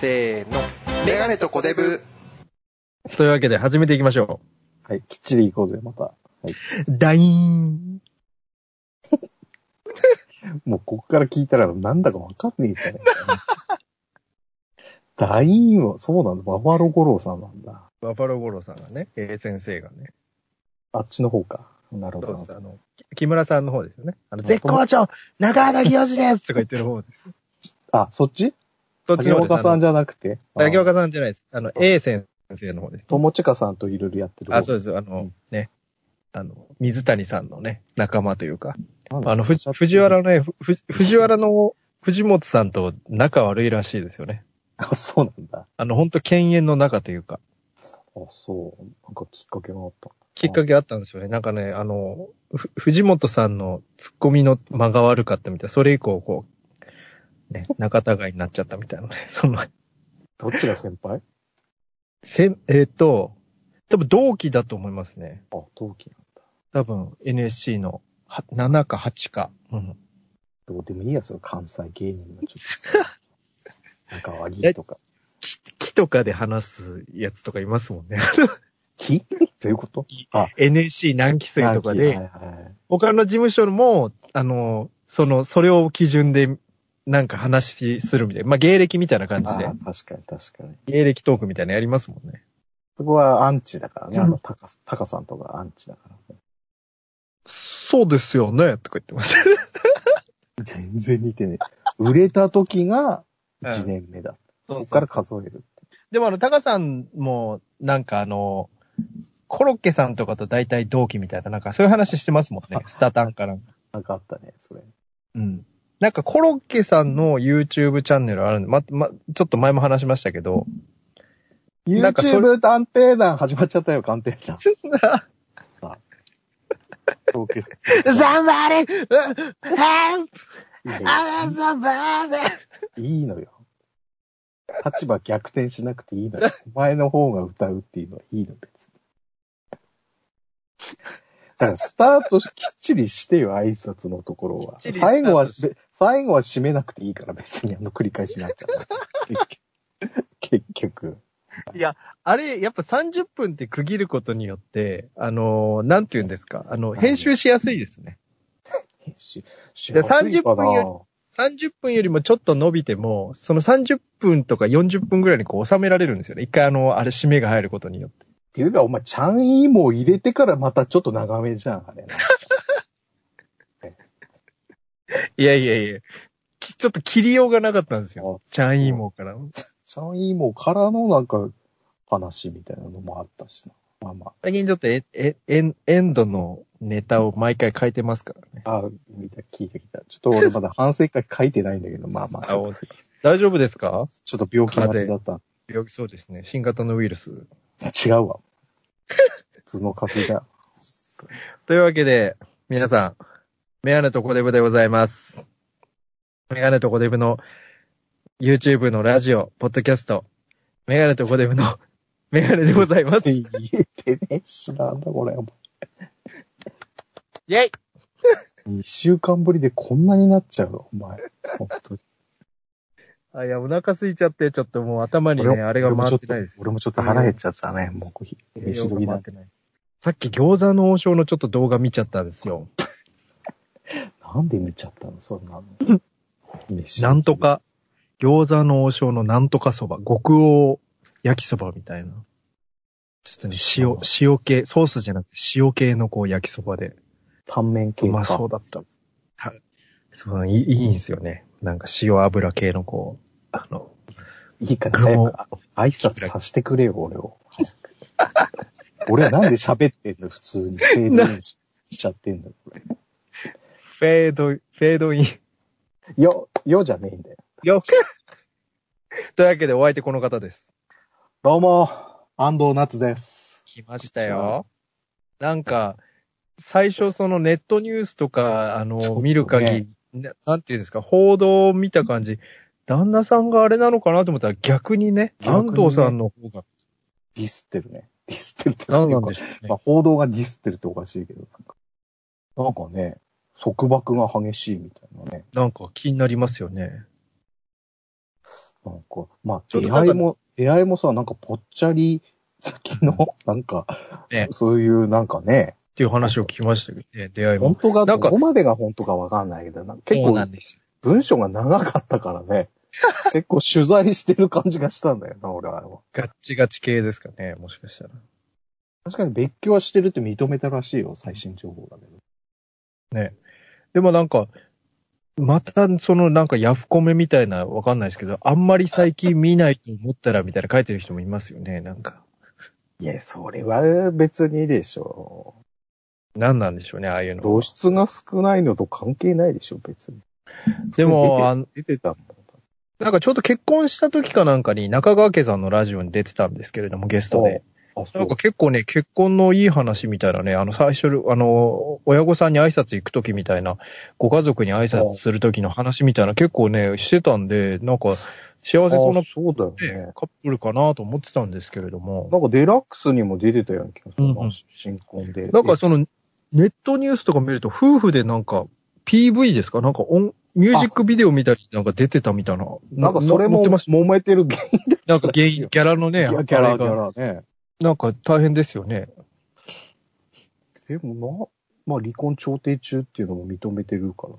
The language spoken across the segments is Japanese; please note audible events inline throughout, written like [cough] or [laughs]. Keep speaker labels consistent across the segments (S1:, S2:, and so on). S1: せーの。メガネとコデブ。
S2: というわけで始めていきましょ
S3: はい、きっちり行こうぜ、また。
S2: う。ダイーン。
S3: もうここから聞いたらなんだかわかんねえじゃね [laughs] えか。ダインは、そうなんだ、ババロゴローさんなんだ。
S2: バファローゴローさんがね、A 先生がね、
S3: あっちの方か。なる
S2: そ
S3: ほど
S2: う
S3: な
S2: です、。あの、き木村さんの方ですよね。あの、
S3: 元
S2: 絶
S3: 々
S2: 好調中畑清ですとか言ってる方です。
S3: あ、そっち
S2: そっち
S3: 竹
S2: の方で
S3: 岡
S2: す。
S3: さん
S2: じ
S3: じゃなくて。
S2: ゃ竹
S3: あ
S2: 岡さんじゃないです。あの、A 先生の方です。
S3: 友近さんといろいろやってる。
S2: あ、そう
S3: う
S2: です。あの、
S3: うん
S2: ね。あの、水谷さんのね、仲間というか。あ
S3: あ
S2: の、ふじ藤原のね、ふふ藤原の藤本さんと仲悪いらしいですよね。
S3: [laughs] あ、そうなんだ。
S2: あの、ほんと犬猿の仲というか、
S3: あ、そう。なんかきっかけがあった。
S2: きっかけあったんですよね。なんかね、あの、ふ藤本さんのツッコミの間が悪かったみたい。それ以降、こう、ね、仲違いになっちゃったみたいなね。 [laughs] その、
S3: どっちが先輩
S2: せんえっ、と、多分同期だと思いますね。
S3: あ、同期なんだ。
S2: 多分 NSC のは7か8か。うん。
S3: どうでもいいやつ、その関西芸人のちょっ
S2: [laughs]
S3: と。なんか悪いとか。
S2: 木木とかで話すやつとかいますもんね。 [laughs]
S3: き [laughs] どういうことあ、
S2: NSC 何期生とか
S3: はいは
S2: で、
S3: いはい
S2: 他の事務所も、あの、その、それを基準で、なんか話しするみたいな。まあ、芸歴みたいな感じで
S3: あ。ー確かに確かに。
S2: 芸歴トークみたいなのやりますもんね。
S3: そこはアンチだからね。
S2: うん
S3: あの、タカ、タカさんとかアンチだからね。
S2: そうですよね、とか言ってます。
S3: 全然似てねえ。売れた時が
S2: うん
S3: 1年目だ。
S2: そ
S3: そこから数える。
S2: でもあの、タカさんも、なんかあの、コロッケさんとかと大体同期みたいな、なんかそういう話してますもんね。スタタンかなんか。
S3: なんかあったね、それ。
S2: うん。なんかコロッケさんの YouTube チャンネルあるんで、ま、ま、ちょっと前も話しましたけ [laughs] ど、なんかそれ
S3: YouTube 探偵団始まっちゃったよ、探偵
S2: [laughs]
S3: 団。
S2: [laughs]
S3: 統計
S2: ンバレーヘン
S3: いやいや
S2: アザバレ
S3: いいのよ。立場逆転しなくていいのよ。お前の方が歌うっていうのはいいの、別に。だから、スタートしきっちりしてよ、挨拶のところは
S2: きっ。ちり
S3: 最後は、
S2: スター
S3: べ最後は締めなくていいから、別にあの繰り返しになっちゃう。結局。
S2: あれ、やっぱ30分って区切ることによって、あの、なんて言うんですか、あの、編集しやすいですね。
S3: 編集。
S2: や30分よ
S3: よ
S2: 30分よりもちょっと伸びても、その30分とか40分ぐらいにこう収められるんですよね。一回あの、あれ締めが入ることによって。
S3: っていうか、お前、ちゃんいいも入れてからまたちょっと長めじゃん、あれ。
S2: いやいやいや。きちょっと切りようがなかったんですよ。
S3: ち
S2: チャンイーモーから。
S3: ゃんいいもからのなんか、話みたいなのもあったしな。まあまあ。
S2: 最近ちょっとえ、え、エン、エンドのネタを毎回変えてますからね。
S3: あ、見た、聞いてきた。ちょっと俺まだ反省会書いてないんだ
S2: [laughs]
S3: けど、まあまあ、
S2: お大丈夫ですか
S3: ちょっと病気待ちだった。
S2: 病気そうですね。新型のウイルス。
S3: 違うわ。普通の風邪だ。
S2: というわけで、皆さん、メガネとコデブでございます。メガネとコデブの YouTube のラジオ、ポッドキャスト、メガネとコデブの [laughs] メガネでござい [laughs] ます。イ
S3: [laughs] 言えてねえしなんだ、これ。
S2: ェイ
S3: 2週間ぶりでこんなになっちゃうよ、お前。本当に。
S2: あ、いや、お腹空いちゃって、ちょっともう頭にね、あれが回ってないです。
S3: 俺もちょっと腹減っちゃったね、もうコーヒー。飯時だ
S2: 回っ。てない。さっき餃子の王将のちょっと動画見ちゃったんですよ。
S3: なんで見ちゃったのそ
S2: [laughs]
S3: んなの。飯
S2: なんと。か、餃子の王将のなんとかそば、極王焼きそばみたいな。ちょっとね、塩、塩系、ソースじゃなくて塩系のこう焼きそばで。
S3: 単面系
S2: う
S3: か。
S2: まそうだった。たそういい、いいんですよね。なんか塩油系のこう、あの、
S3: いいから
S2: 具
S3: 早
S2: も
S3: く挨拶させてくれよ、俺を。早く [laughs] 俺はなんで喋ってんの普通に。フェードインししちゃってんのこれ。
S2: フェード、フェードイン。
S3: よ、よじゃねえんだよ。
S2: よく。 [laughs] というわけでお相手この方です。
S3: どうも、安藤夏です。
S2: 来ましたよ。なんか、最初そのネットニュースとか、あの、
S3: ちょっとね
S2: 見る限り、ななんていうんですか、報道を見た感じ、旦那さんがあれなのかなと思ったら逆にね、
S3: 逆
S2: 安
S3: にね
S2: 藤さんの方が、
S3: ディスってるね。ディスってるって
S2: なんなんで
S3: し
S2: しょうね
S3: まあ、。報道がディスってるっておかしいけど。なんかなんかね、束縛が激しいみたいなね。
S2: なんか気になりますよね。
S3: なんか、まあ、
S2: ちょっと
S3: 出
S2: なんか
S3: 会いも、出会いもさ、なんかぽっちゃり先の、なんか、
S2: ね
S3: そういうなんかね、
S2: ていう話を聞きましたけどね、出会い
S3: 本
S2: も。
S3: 当が、
S2: なん
S3: ど
S2: か
S3: こまでが本当かわかんないけど、なんか結
S2: そうな
S3: 構
S2: んですよ。
S3: 文章が長かったか
S2: [laughs]
S3: らね、結構取材してる感じがしたんだよな、俺はあれは。
S2: ガッチガチ系ですかね、もしかしたら。
S3: 確かに別居はしてるって認めたらしいよ、最新情報だけど。
S2: でもなんか、また、そのなんかヤフコメみたいな、わかんないですけど、あんまり最近見ないと思ったら、みたいな書いてる人もいますよね、なんか。
S3: いや、それは別にでしょ。
S2: 何なんでしょうね、ああいうの。
S3: 露出が少ないのと関係ないでしょ、別に。
S2: で
S3: 出て
S2: も、あん
S3: 出てたもん。
S2: なんかちょうど結婚した時かなんかに中川家さんのラジオに出てたんですけれども、ゲストで。
S3: あ、そ
S2: なん
S3: う
S2: か。結構ね、結婚のいい話みたいなね、あの最初の、あの、親御さんに挨拶行く時みたいな、ご家族に挨拶する時の話みたいな結構ね、してたんで、なんか幸
S3: あ
S2: せそうな、ね、
S3: そうだよね。
S2: カップルかなと思ってたんですけれども。
S3: なんかデラックスにも出てたような気がするな、
S2: うんうん
S3: 新婚で。
S2: なんかその、ネットニュースとか見ると、夫婦でなんか、PV ですかなんか音、ミュージックビデオ見たりなんか出てたみたいな。
S3: なんかそれ
S2: 載っ
S3: も
S2: てまし
S3: 揉めてる原因
S2: たなんかゲイギャラのね、
S3: だよ。キャラ、
S2: あれ
S3: キ
S2: が
S3: ャラね。
S2: なんか大変ですよね。
S3: でもな、まあ離婚調停中っていうのも認めてるから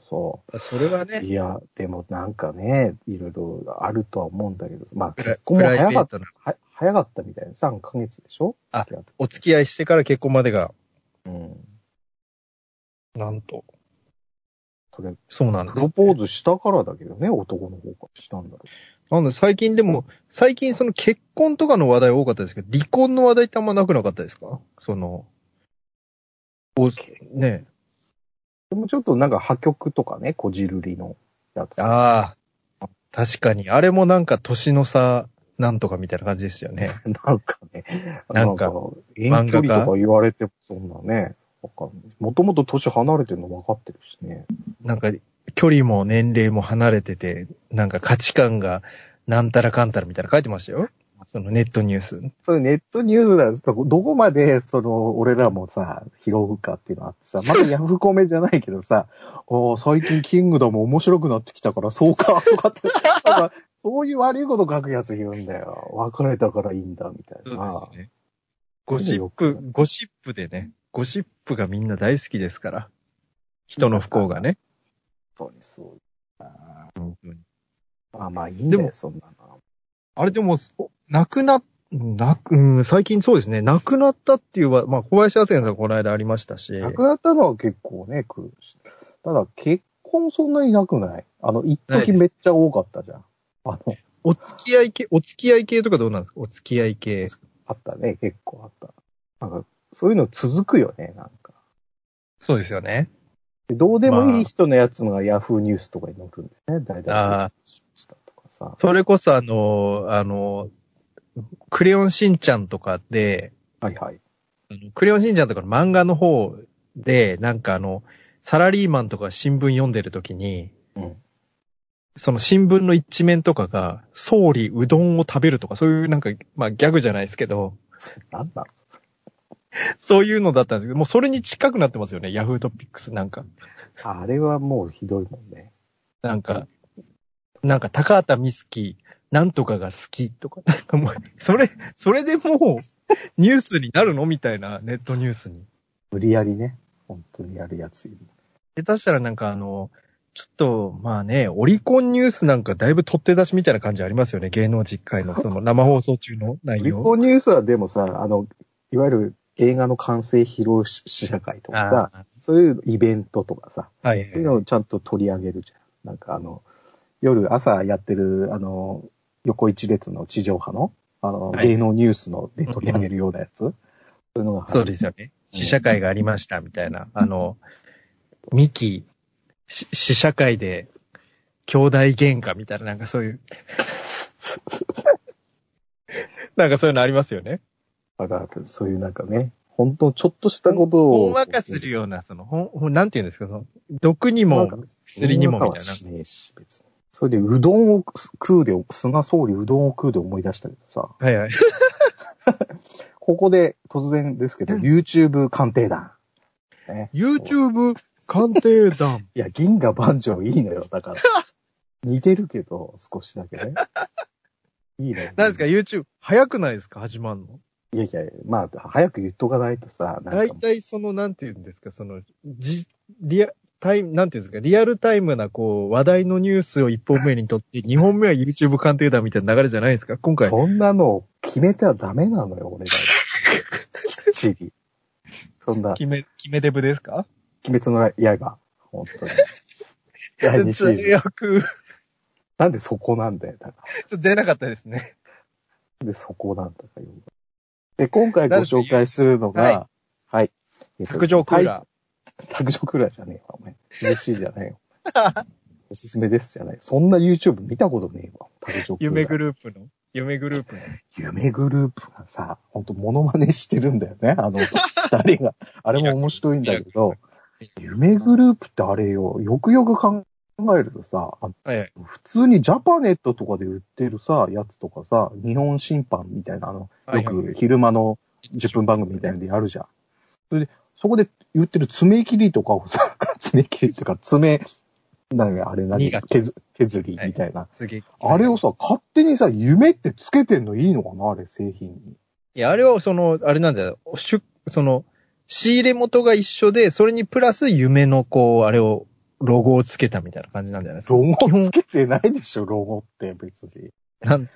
S3: さ。
S2: それはね、
S3: いや、でもなんかね、いろいろあるとは思うんだけど、まあ
S2: プラ
S3: 結婚も早
S2: プ
S3: か
S2: ライベー
S3: っ
S2: トな
S3: た、は早かったみたいな。3ヶ月でしょ
S2: あ
S3: 付き合って
S2: お付き合いしてから結婚までが、
S3: うん。
S2: なんと。
S3: それ、
S2: そうなんです、
S3: プロポーズしたからだけどね、男の方からしたんだろ
S2: なんで最近でも、最近その結婚とかの話題多かったですけど、離婚の話題ってあんまなくなかったですかその、おね
S3: う。でもちょっとなんか破局とかね、こじるりのやつ。
S2: ああ、確かに。あれもなんか年の差、なんとかみたいな感じですよね。
S3: なんかね、
S2: なんか、
S3: 遠距
S2: 漫
S3: 離
S2: 画家
S3: とか言われてもそんなね、わかんない。もともと年離れてるの分かってるしね。
S2: なんか、距離も年齢も離れてて、なんか価値観が、なんたらかんたらみたいな書いてましたよ。そのネットニュース。
S3: そうネットニュースなんですけど、どこまで、その、俺らもさ、拾うかっていうのあってさ、まだヤフコメじゃないけどさ、 [laughs] おー最近キングダム面白くなってきたから、そうか、とかって、 [laughs] なんかそういう悪いこと書くやつ言うんだよ。別れたからいいんだ、みたいな。
S2: ね。ゴシップ、ゴシップでね、ゴシップがみんな大好きですから。人の不幸がね。
S3: 本当にそう。
S2: 本当に
S3: まあまあいいんだ
S2: で
S3: よ、
S2: も
S3: そんなの。
S2: あれでも、そ亡くな、亡く、うん、最近そうですね、亡くなったっていうは、まあ、小林亜生さんこの間ありましたし、
S3: 亡くなったのは結構ね、苦しい。ただ、結婚そんなになくないあの、一
S2: ないで
S3: 時
S2: す
S3: めっちゃ多かったじゃん。あの、
S2: お付き合い系、お付き合い系とかどうなんですかお付き合い系。
S3: あったね、結構あった。なんか、そういうの続くよね、なんか。
S2: そうですよね。
S3: でどうでも
S2: ま
S3: い
S2: あ
S3: い人のやつのがヤフーニュースとかに載るんだよね、大体。
S2: ああ
S3: したとかさ。
S2: それこそあの、あの、クレヨンしんちゃんとかで、
S3: はいはい。
S2: あのクレヨンしんちゃんとかの漫画の方で、なんかあの、サラリーマンとか新聞読んでるときに、
S3: うん
S2: その新聞の一面とかが、総理うどんを食べるとか、そういうなんか、まあギャグじゃないですけど、
S3: なんだ
S2: そういうのだったんですけど、もうそれに近くなってますよね、ヤフートピックスなんか。
S3: あれはもうひどいもんね。
S2: なんか、なんか高畑美月、なんとかが好きとか、なんかもう、それ、それでもう、ニュースになるのみたいな、ネットニュースに。
S3: 無理やりね。本当にやるやついる。
S2: 下手したらなんかあの、ちょっと、まあね、オリコンニュースなんかだいぶ取って出しみたいな感じありますよね。芸能実会のその生放送中の内
S3: リ
S2: 容。
S3: コニュースはでもさ、あの、いわゆる映画の完成披露試写会とかさ、
S2: あ
S3: そういうイベントとかさ、
S2: ーはい
S3: そういうのをちゃんと取り上げるじゃん。なんかあの、夜朝やってる、あの、横一列の地上波の、あの、
S2: はい
S3: 芸能ニュースので取り上げるようなやつ、そういうのが。
S2: そうですよね。試写会がありましたみたいな。あの、ミキ、し試写会で兄弟喧嘩みたいな、なんかそう
S3: [laughs]
S2: いう。なんかそういうのありますよね。
S3: だから、そういうなんかね、本当ちょっとしたことを。
S2: ほんわかするような、その、ほん、ほんなんて言うんですか、その、毒にも
S3: なんか、
S2: 薬にもみ
S3: ほんわ
S2: た
S3: か
S2: な。
S3: はいしねえし、別に。それで、うどんを食うで、菅総理うどんを食うで思い出したけどさ、
S2: はいはい。
S3: ここで突然ですけど、YouTube 鑑定団。ね、
S2: YouTube 鑑定団。 [laughs]
S3: いや、銀河万丈いいのよ、だから。似てるけど、少しだけね。いいね。
S2: [laughs] なんですか、YouTube、早くないですか始まんの。
S3: いやいや、まあ、早く言っとかないとさ、なん
S2: 大
S3: か、
S2: 体その、なんていうんですか、その、じ、リア、タイム、なんていうんですか、リアルタイムな、こう、話題のニュースを一本目にとって、二本目は YouTube 鑑定団みたいな流れじゃないですか今回。
S3: そんなのを決めてはダメなの
S2: [laughs]
S3: よ、俺らが。きっちり。そんな、
S2: 決め、決めデブですか
S3: 鬼滅の刃。本当に。第2シーズン。
S2: 強く、 [laughs] ちょ
S3: なんでそこなんだよ、だか
S2: っと出なかったです
S3: [laughs]
S2: ね。
S3: ら。なんでそこなんだかよ。で、今回ご紹介するのが、はい。えっと
S2: 白状クーラー。
S3: 卓上クーラーじゃねえわ、お前。涼しいじゃないよ。おすすめですじゃない。そんな YouTube 見たことねえわ、卓上クーラー。
S2: 夢グループの。夢グループの。
S3: 夢グループがさ、ほんとモノマネしてるんだよね、あの、 [laughs] 誰が。あれも面白いんだけど、夢グループってあれよ、よくよく考えるとさ、あ
S2: はいはい。
S3: 普通にジャパネットとかで売ってるさ、やつとかさ、日本審判みたいな、あの、よく昼間の10分番組みたいなのでやるじゃん。それで、そこで言ってる爪切りとかをさ、爪切りとか爪、なんかあれ何
S2: 磨き
S3: 削削りみたいな。
S2: 次。
S3: あれをさ、勝手にさ、夢ってつけてんのいいのかなあれ、製品に。
S2: いや、あれはその、あれなんだよ。出、その、仕入れ元が一緒で、それにプラス夢のこう、あれを、ロゴをつけたみたいな感じなんじゃないですか。
S3: ロゴつけてないでしょ、ロゴって別に。
S2: なんて。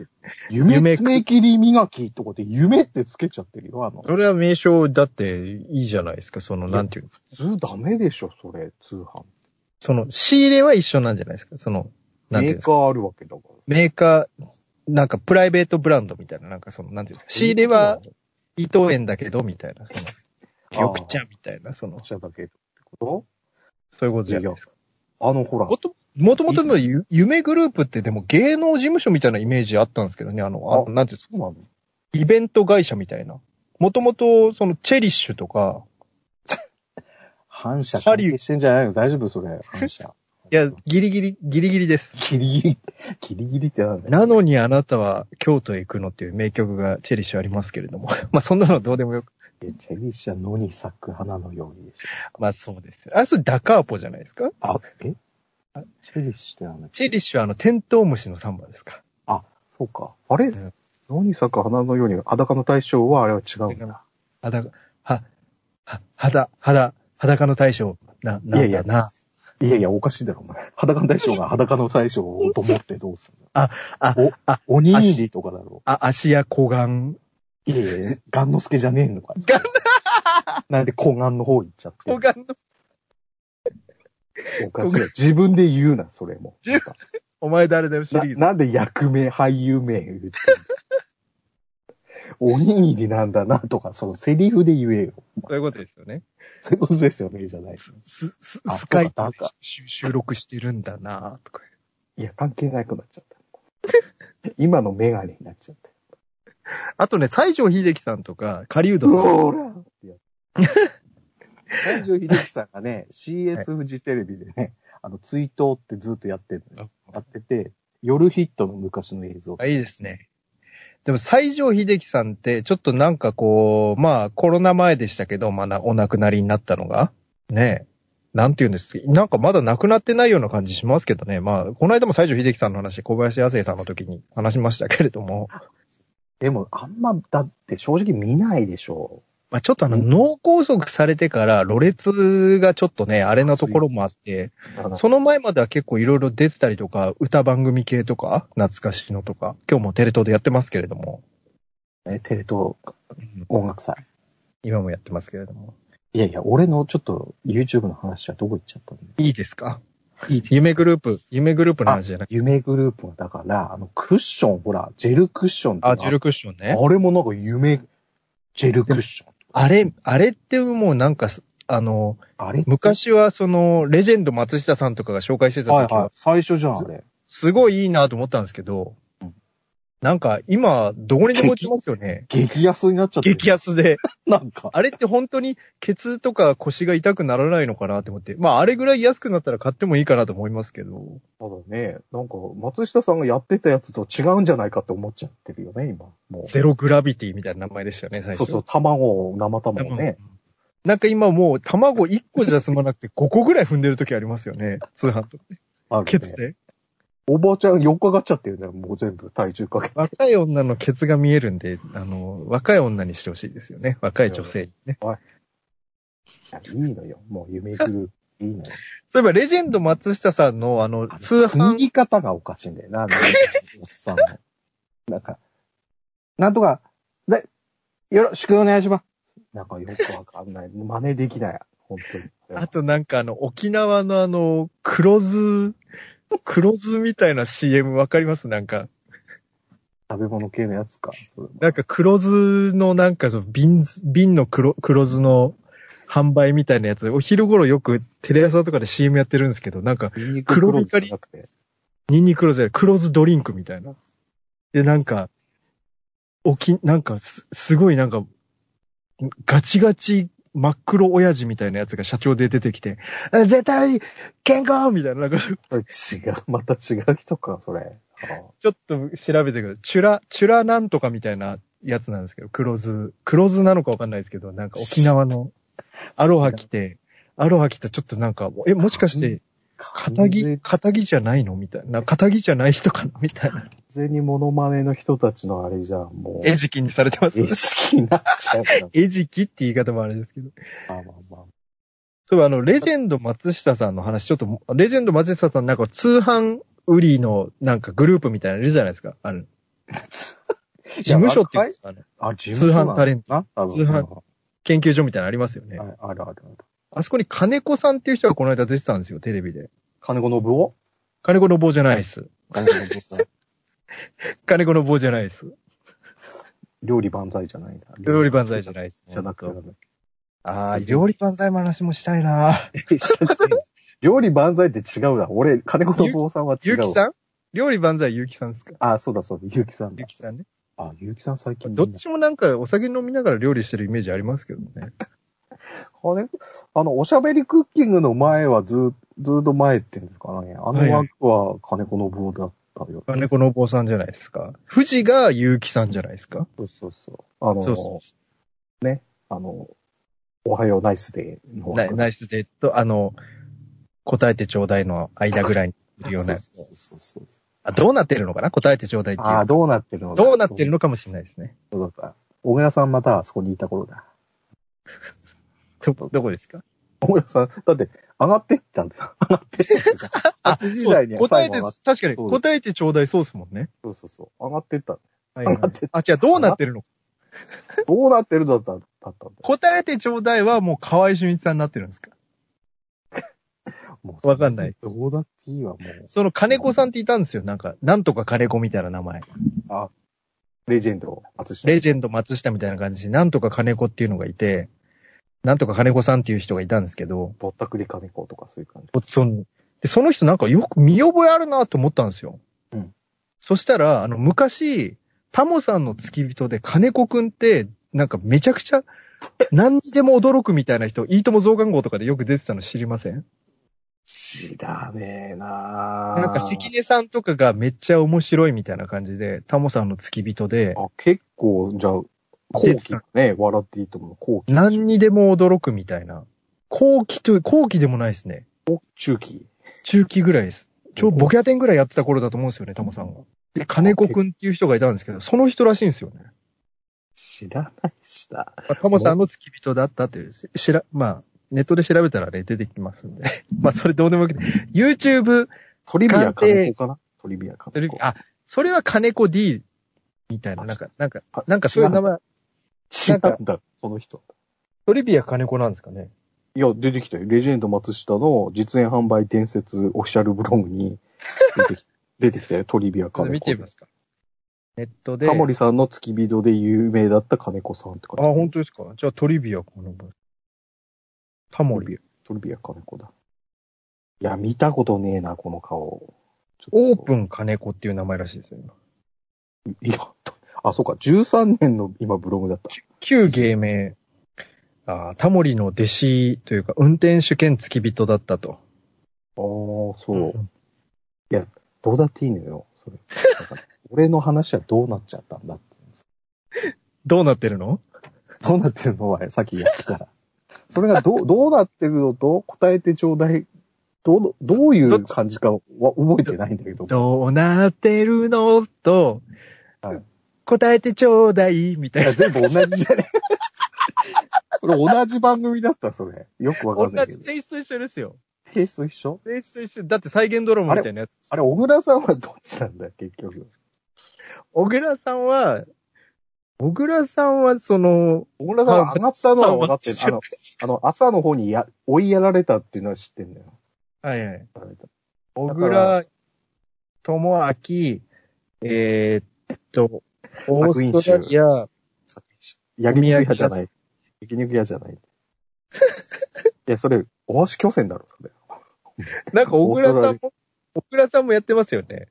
S2: 夢
S3: 夢爪切り磨きとかって夢ってつけちゃってるよ、あの。
S2: それは名称だっていいじゃないですか。その、なんていうの。
S3: 普通ダメでしょ、それ、通販。
S2: その、仕入れは一緒なんじゃないですか。その、なんていう
S3: メ
S2: ん
S3: ー
S2: です
S3: カ
S2: か。
S3: ーあるわけだから。
S2: メーカー、なんかプライベートブランドみたいな、なんかその、なんていうんですか。仕入れは、伊藤園だけど、みたいな。そ [laughs] の、緑茶みたいな、その
S3: こ、ちらだけってこ
S2: そういうことじゃないですか。
S3: とあの、ほら
S2: も、ともともとのゆ夢グループってでも芸能事務所みたいなイメージあったんですけどね、あの、あ
S3: あ
S2: なんていうんです
S3: そうなの
S2: か、イベント会社みたいな。もともと、その、チェリッシュとか、
S3: 反射関係してんじゃないの大丈夫それ、反射。
S2: [laughs] いや、ギリギリ、ギリギリです。
S3: ギリギリ、ギリギリってなんだよ。
S2: なのにあなたは京都へ行くのっていう名曲がチェリッシュありますけれども。 [laughs] まあそんなのどうでもよく。
S3: チェリッシャ野に咲く花のようにでしょ。
S2: まあそうですよ。あれそれダカーポじゃないですか
S3: あ、えチェリッシュってなんだっけ
S2: チェリッシュはあのテントウムシのサンバですか。
S3: そうか。あれ
S2: うん
S3: 野に咲く花のように、裸の対象はあれは違うんだ。
S2: 裸、は、は、肌、肌、裸の大将、な、なんだな。
S3: いやいやいやいや、おかしいだろ、お前。裸の対象
S2: [laughs]
S3: が裸の対象をと思ってどうすんの
S2: あ、あ、
S3: おにぎりとかだろ。
S2: あ、足や小眼、
S3: いやいや、ガンノスケじゃねえのか。
S2: ガン
S3: なんで、コガンの方行っちゃって
S2: 小
S3: る。
S2: 眼の
S3: おかしい。自分で言うな、それも。
S2: 自お前誰だよシリ
S3: な
S2: ーズ。
S3: なんで役名、俳優名言ってんの [laughs] おにぎりなんだなとか、そのセリフで言えよ。
S2: そういうことですよね。
S3: そういうことですよね、じゃない。
S2: ススス
S3: あ
S2: スカイプ
S3: そうか
S2: で収収録してるんだなとか。
S3: いや、関係なくなっちゃった。今のメガネになっちゃった。
S2: あとね、西城秀樹さんとか、狩人
S3: う
S2: さん。
S3: おーらってやった。西城秀樹さんがね、CS フジテレビでね、あの、追悼ってずっとやってるのよ。やってて、夜ヒットの昔の映像。
S2: あいいですね。でも西城秀樹さんって、ちょっとなんかこう、まあコロナ前でしたけど、まあなお亡くなりになったのが、ねえ、なんて言うんですか、なんかまだ亡くなってないような感じしますけどね。まあ、この間も西城秀樹さんの話、小林亜生さんの時に話しましたけれども、
S3: でも、あんま、だって正直見ないでしょ。
S2: まあちょっとあの、
S3: うん
S2: 脳梗塞されてから、ろれつがちょっとね、あれなところもあって、その前までは結構いろいろ出てたりとか、歌番組系とか、懐かしのとか、今日もテレ東でやってますけれども、
S3: ね、テレ東音楽祭。
S2: 今もやってますけれども。
S3: いやいや、俺のちょっと YouTube の話はどこ行っちゃったんだよ
S2: いいですか
S3: いいです
S2: 夢グループ、夢グループの話じゃなくて。
S3: 夢グループはだから、あの、クッション、ほら、ジェルクッションとか
S2: あ、ジェルクッションね。
S3: あれもなんか夢、ジェルクッション。
S2: あれ、あれってもうなんか、あの、
S3: あれ
S2: 昔はその、レジェンド松下さんとかが紹介してた
S3: はい
S2: 時
S3: はい
S2: は、。
S3: 最初じゃん、あれ。
S2: すごいいいなと思ったんですけど
S3: うん、なん
S2: なんか今、どこにでも売ってますよね。
S3: 激安になっちゃってる。
S2: 激安で。
S3: なんか。
S2: あれって本当にケツとか腰が痛くならないのかなって思って。まあ、あれぐらい安くなったら買ってもいいかなと思いますけど。
S3: ただね、なんか、松下さんがやってたやつと違うんじゃないかって思っちゃってるよね、今。もう。
S2: ゼログラビティみたいな名前でしたよね、最初。
S3: そうそう、卵、生卵ね。
S2: なんか今もう卵1個じゃ済まなくて5個ぐらい踏んでる時ありますよね。通販と。
S3: ある
S2: ケ
S3: ね
S2: ツで。
S3: おばあちゃん、よっかがっちゃってるんだよ、もう全部、体重かけて。
S2: 若い女のケツが見えるんで、あの、若い女にしてほしいですよね。若い女性にね。
S3: いいのよ、もう、夢グループ。いいのよ。
S2: そういえば、レジェンド松下さんの、あの、通
S3: 言
S2: 販、
S3: い方がおかしいんだよな、なんかおっさんの。なんか、なんとか、で、よろしくお願いします。なんかよくわかんない。真似できない。本当に
S2: あ。となんかあの、沖縄のあの、黒酢、黒酢みたいな CM わかりますなんか、
S3: 食べ物系のやつか。それも
S2: なんか黒酢のなんかその瓶、瓶の黒、黒酢の販売みたいなやつ、お昼頃よくテレ朝とかで CM やってるんですけど、なんか、
S3: ニンニ
S2: 黒
S3: 黒酢
S2: 光
S3: じゃなくて。
S2: ニンニク黒酢じゃない、黒酢ドリンクみたいな。で、なんか、沖、なんかす、すごいなんか、ガチガチ真っ黒親父みたいなやつが社長で出てきて、あ絶対健康みたいな、なんか、
S3: それ違う、また違う人か、それ。ああ
S2: ちょっと調べてください。チュラ、チュラなんとかみたいなやつなんですけど、黒酢。黒酢なのかわかんないですけど、なんか沖縄のアロハ着て、アロハ着てちょっとなんか、え、もしかして、
S3: 完
S2: 肩着、
S3: 全
S2: 肩着じゃないのみたいな。肩着じゃない人かなみたいな。
S3: にモノマネの人たちのあれじゃん、もう。
S2: [laughs] 餌食にされてます。
S3: 意識になっちゃうから。
S2: 餌食って言い方もあれですけど。
S3: まあまあまあ。
S2: そういえば、あの、レジェンド松下さんの話、ちょっと、レジェンド松下さんなんか通販売りのなんかグループみたいなのいるじゃないですか。あの、 [laughs] 事務所っていうんですかね。
S3: あ、事務所なんだ
S2: 通販タレン
S3: な多分
S2: 通販研究所みたいなのありますよね。
S3: はいあるあるある。
S2: あそこに金子さんっていう人がこの間出てたんですよ、テレビで。
S3: 金子信夫
S2: 金子の棒じゃないです。
S3: 金子信夫さん
S2: 金子の棒じゃないです。
S3: 料理万歳じゃないんだ。
S2: 料理万歳じゃないです、
S3: じゃなくて。
S2: ああ、料理万歳の話もしたいな
S3: 料理万歳って違うな。俺、金子信夫さんは違
S2: ゆう
S3: うわ。
S2: きさん料理万歳ゆうきさんですか
S3: あ、そうだそうだ。ゆうきさんだ
S2: ゆう。きさんね。
S3: あ、ゆうきさん最近。
S2: どっちもなんかお酒飲みながら料理してるイメージありますけどね。
S3: あれあの、おしゃべりクッキングの前はず、ずっと前っていうんですかね。あの
S2: はいはい
S3: 枠は金子信夫だったよ。
S2: 金子の棒さんじゃないですか。富士がゆうきさんじゃないですか。
S3: そうそうそう。あの、
S2: そうそ
S3: あの、おはようナイスデーの
S2: う。ナイナイスデート、あの、答えてちょうだいの間ぐらいにいるようなやつ
S3: そうそうそうそう
S2: あどうなってるのかな答えてちょうだいっていう。
S3: ああ、どうなってるの
S2: どうなってるのかもしれないですね。
S3: そうだった。小倉さんまたあそこにいた頃だ。
S2: ど、どこですか
S3: 小倉さん、だって上がってったんだ [laughs] よ。上がってった。8時台には
S2: 答え
S3: 最後
S2: て
S3: 上がっ、
S2: 確かに、
S3: そう
S2: 答えてちょうだいそうですもんね。
S3: そうそうそう。上がってった。
S2: はい
S3: 上がってっ
S2: あ、違う、どうなってるの
S3: た。どうなってるのだった、だったんだよ。
S2: 答えてちょうだいはもう河合俊一さんになってるんですか
S3: も
S2: わかんない。
S3: どうだっていいわ、もう。
S2: その金子さんっていたんですよ。なんか、なんとか金子みたいな名前。
S3: レジェンド、松下。
S2: レジェンド松下みたいな感じで、なんとか金子っていうのがいて、なんとか金子さんっていう人がいたんですけど、
S3: ぼったくり金子とかそういう感じ。
S2: そのでその人なんかよく見覚えあるなと思ったんですよ。
S3: うん
S2: そしたら、あの、昔、タモさんの付き人で金子くんって、なんかめちゃくちゃ、何にでも驚くみたいな人、いいとも増刊号とかでよく出てたの知りません
S3: 知らねえな
S2: なんか関根さんとかがめっちゃ面白いみたいな感じで、タモさんの付き人で、
S3: あ、結構、じゃあ、後期だね。笑っていいと思う。後期。
S2: 何にでも驚くみたいな。後期という、後期でもないですね。
S3: 中期。
S2: 中期ぐらいです。ちょうどボキャテンぐらいやってた頃だと思うんですよね、タモさんが。で、金子くんっていう人がいたんですけど、その人らしいんですよね。
S3: 知らないしな。
S2: まあタモさんの付き人だったという、ししら、まあ、ネットで調べたらね、出てきますんで。 [laughs] まあ、それどうでもよくて。YouTube、
S3: トリビア金子かなトリビア
S2: テ
S3: 金
S2: レ
S3: 子
S2: ビ。あ、それは金子 D みたいな、なんか、なんか、
S3: あ
S2: なんかそういう名前、
S3: 違
S2: なんか
S3: うんだ、この人。
S2: トリビア金子なんですかね。
S3: いや、出てきたよ。レジェンド松下の実演販売伝説オフィシャルブログに出てき
S2: [laughs]
S3: 出てきたよ。トリビア金子。
S2: 見てみますか。ネットで。
S3: タモリさんの付き人で有名だった金子さんって
S2: あ、
S3: 書いてある
S2: 本当ですか。じゃあトリビアこの分。タモ
S3: トリ
S2: リ。
S3: ビア、トリビア金子だ。いや、見たことねえな、この顔。
S2: オープ
S3: ン。
S2: ン金子っていう名前らしいですよ。今
S3: いや、とあ、そうか、13年の今ブログだ
S2: [laughs]
S3: った。
S2: 旧芸名。あータモリの弟子というか、運転手兼付き人だったと。
S3: ああ、そう。どうだっていいのよ、それ。なんか俺の話はどうなっちゃったんだって。
S2: どうなってるの
S3: どう
S2: [laughs]
S3: なってるのはさっきやったから。それがどう、どうなってるのと答えてちょうだいどの、どういう感じかは覚えてないんだけど。
S2: どうなってるのと、
S3: はい
S2: 答えてちょうだい、みた
S3: い
S2: いな
S3: や、。全部同じじゃね
S2: [laughs]
S3: それ同じ番組だった、それ。よ [laughs] くわかん
S2: 同
S3: ないけ
S2: じ
S3: ど。
S2: テイスト一緒ですよ。
S3: ケース一緒
S2: テイスト一緒。だって再現ドラマみたいなやつ。
S3: あれ、小倉さんはどっちなんだよ、結局。
S2: 小倉さんは、小倉さんはその、
S3: 小倉さんは上がったのは分かってる。あ
S2: パン
S3: の、あの、朝の方にや、追いやられたっていうのは知ってんだよ。
S2: はいはい。
S3: やられた
S2: 小倉智明、えーっと、オ
S3: 作品集
S2: ーストラリア、
S3: 焼肉屋じゃない。焼肉屋じゃない。 [laughs] いや、それ、大橋巨船だろ、それ。
S2: なんか小倉
S3: オースト
S2: さ
S3: ラ
S2: ん
S3: リ
S2: も、小倉さんもやってますよね。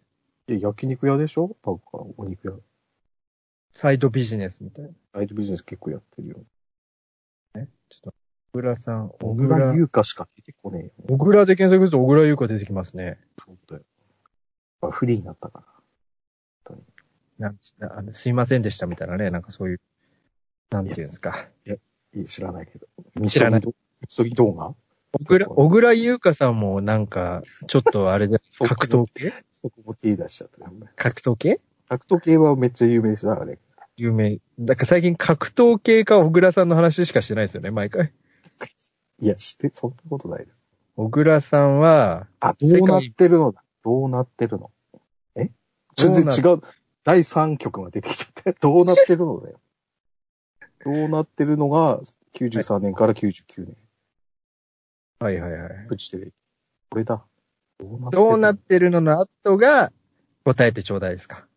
S3: いや、焼肉屋でしょなんか、お肉屋。
S2: サイドビジネスみたいな。
S3: ライトビジネス結構やってるよ。
S2: 小倉さん、小
S3: 小
S2: 倉
S3: 倉。優香しか出てこねえよ。
S2: 小倉で検索すると小倉優香出てきますね。
S3: そうだよ。まあフリーになったから。
S2: なんあのすいませんでしたみたいなね、なんかそういう、なんていうんですか。
S3: いや知らないけど。み
S2: 知らない
S3: そぎど。みそぎ動画
S2: 小倉、小倉優香さんもなんか、ちょっとあれで、 [laughs] 格闘系
S3: [laughs] そこも手出しちゃったよね。
S2: 格闘系
S3: 格闘系はめっちゃ有名でしょ、だからね。
S2: 有名。だから最近格闘系か小倉さんの話しかしてないですよね、毎回。
S3: いや、して、そんなことないよ。
S2: 小倉さんは、
S3: あ、どうなってるのだ。どうなってるの。え全然違う。第3曲が出てきちゃって。 [laughs] どうなってるのだよ。どうなってるのが、93年から99年。
S2: はいはいはい。
S3: フジテレビ。これだ。どうなってる
S2: どうなってるのの後が、答えてちょうだいですか。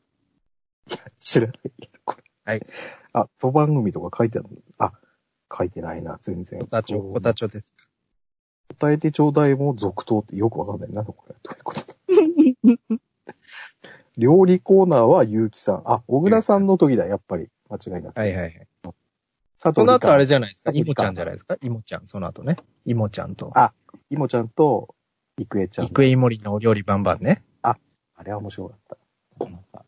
S3: 知らないけど、これ。
S2: はい。
S3: あ、当番組とか書いてあるのあ、書いてないな、全然。
S2: おたちょ、おたちょですか。
S3: 答えてちょうだいも続投ってよくわかんない。なんだこれ。どういうことだ料理コーナーは結城さん。あ、小倉さんの時だ、やっぱり。間違いなく。
S2: はいはいはい。
S3: 佐
S2: そ
S3: 藤
S2: の
S3: 理
S2: 後あれ
S3: 香、
S2: じゃないですか。
S3: あと
S2: いもちゃんじゃないですか。いもちゃん、その後ね。いもちゃんと。
S3: あいもちゃんと、郁恵ちゃん。
S2: いくえいもりのお料理バンバンね。
S3: あれは面白かった。なんか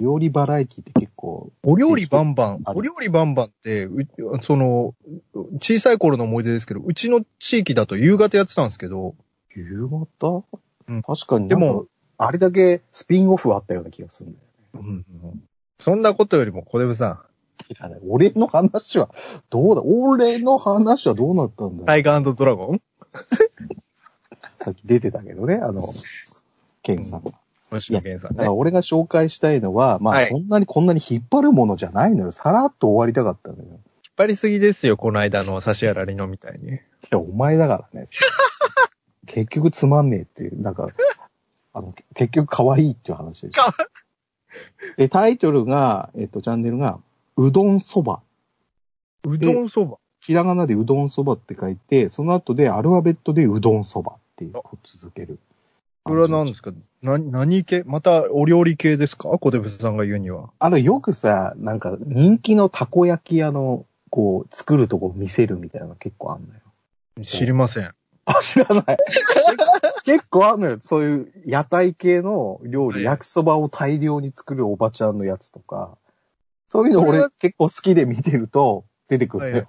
S3: 料理バラエティって結構、
S2: お料理バンバン。
S3: ある
S2: お料理バンバンって、うその、小さい頃の思い出ですけど、うちの地域だと夕方やってたんですけど、
S3: 夕方、
S2: うん
S3: 確かに
S2: で
S3: で
S2: も
S3: も、あれだけスピンオフあったような気がするんだよ。
S2: うんうんそんなことよりも小出部さん、
S3: いらない俺の話は、どうだ、俺の話はどうなったんだ
S2: タイガードラゴン
S3: さっき出てたけどね、あの、ケンさんが。
S2: 星野源さん
S3: だから
S2: ね。
S3: 俺が紹介したいのは、ま
S2: は
S3: あ、
S2: い
S3: そんなにこんなに引っ張るものじゃないのよ。さらっと終わりたかったのよ。
S2: 引っ張りすぎですよ、この間の差しやらりのみたいに。
S3: いや、お前だか
S2: [laughs]
S3: らね。結局つまんねえっていう、なんか、あの、結局可愛いっていう話でしょ
S2: かわ
S3: で、タイトルが、えっと、チャンネルが、うどんそば。
S2: うどんそば。
S3: ひらがなでうどんそばって書いて、その後でアルファベットでうどんそばっていう、続ける。
S2: これは何ですかな、何系またお料理系ですか小出部さんが言うには。
S3: あの、よくさ、なんか、人気のたこ焼き屋の、こう、作るとこ見せるみたいなの結構あんのよ。
S2: 知りません。
S3: あ、知ら
S2: [laughs]
S3: ない。結構あんのよ。そういう屋台系の料
S2: はい
S3: 理、焼きそばを大量に作るおばちゃんのやつとか、そういうの俺結構好きで見てると出てくるのよ。
S2: はい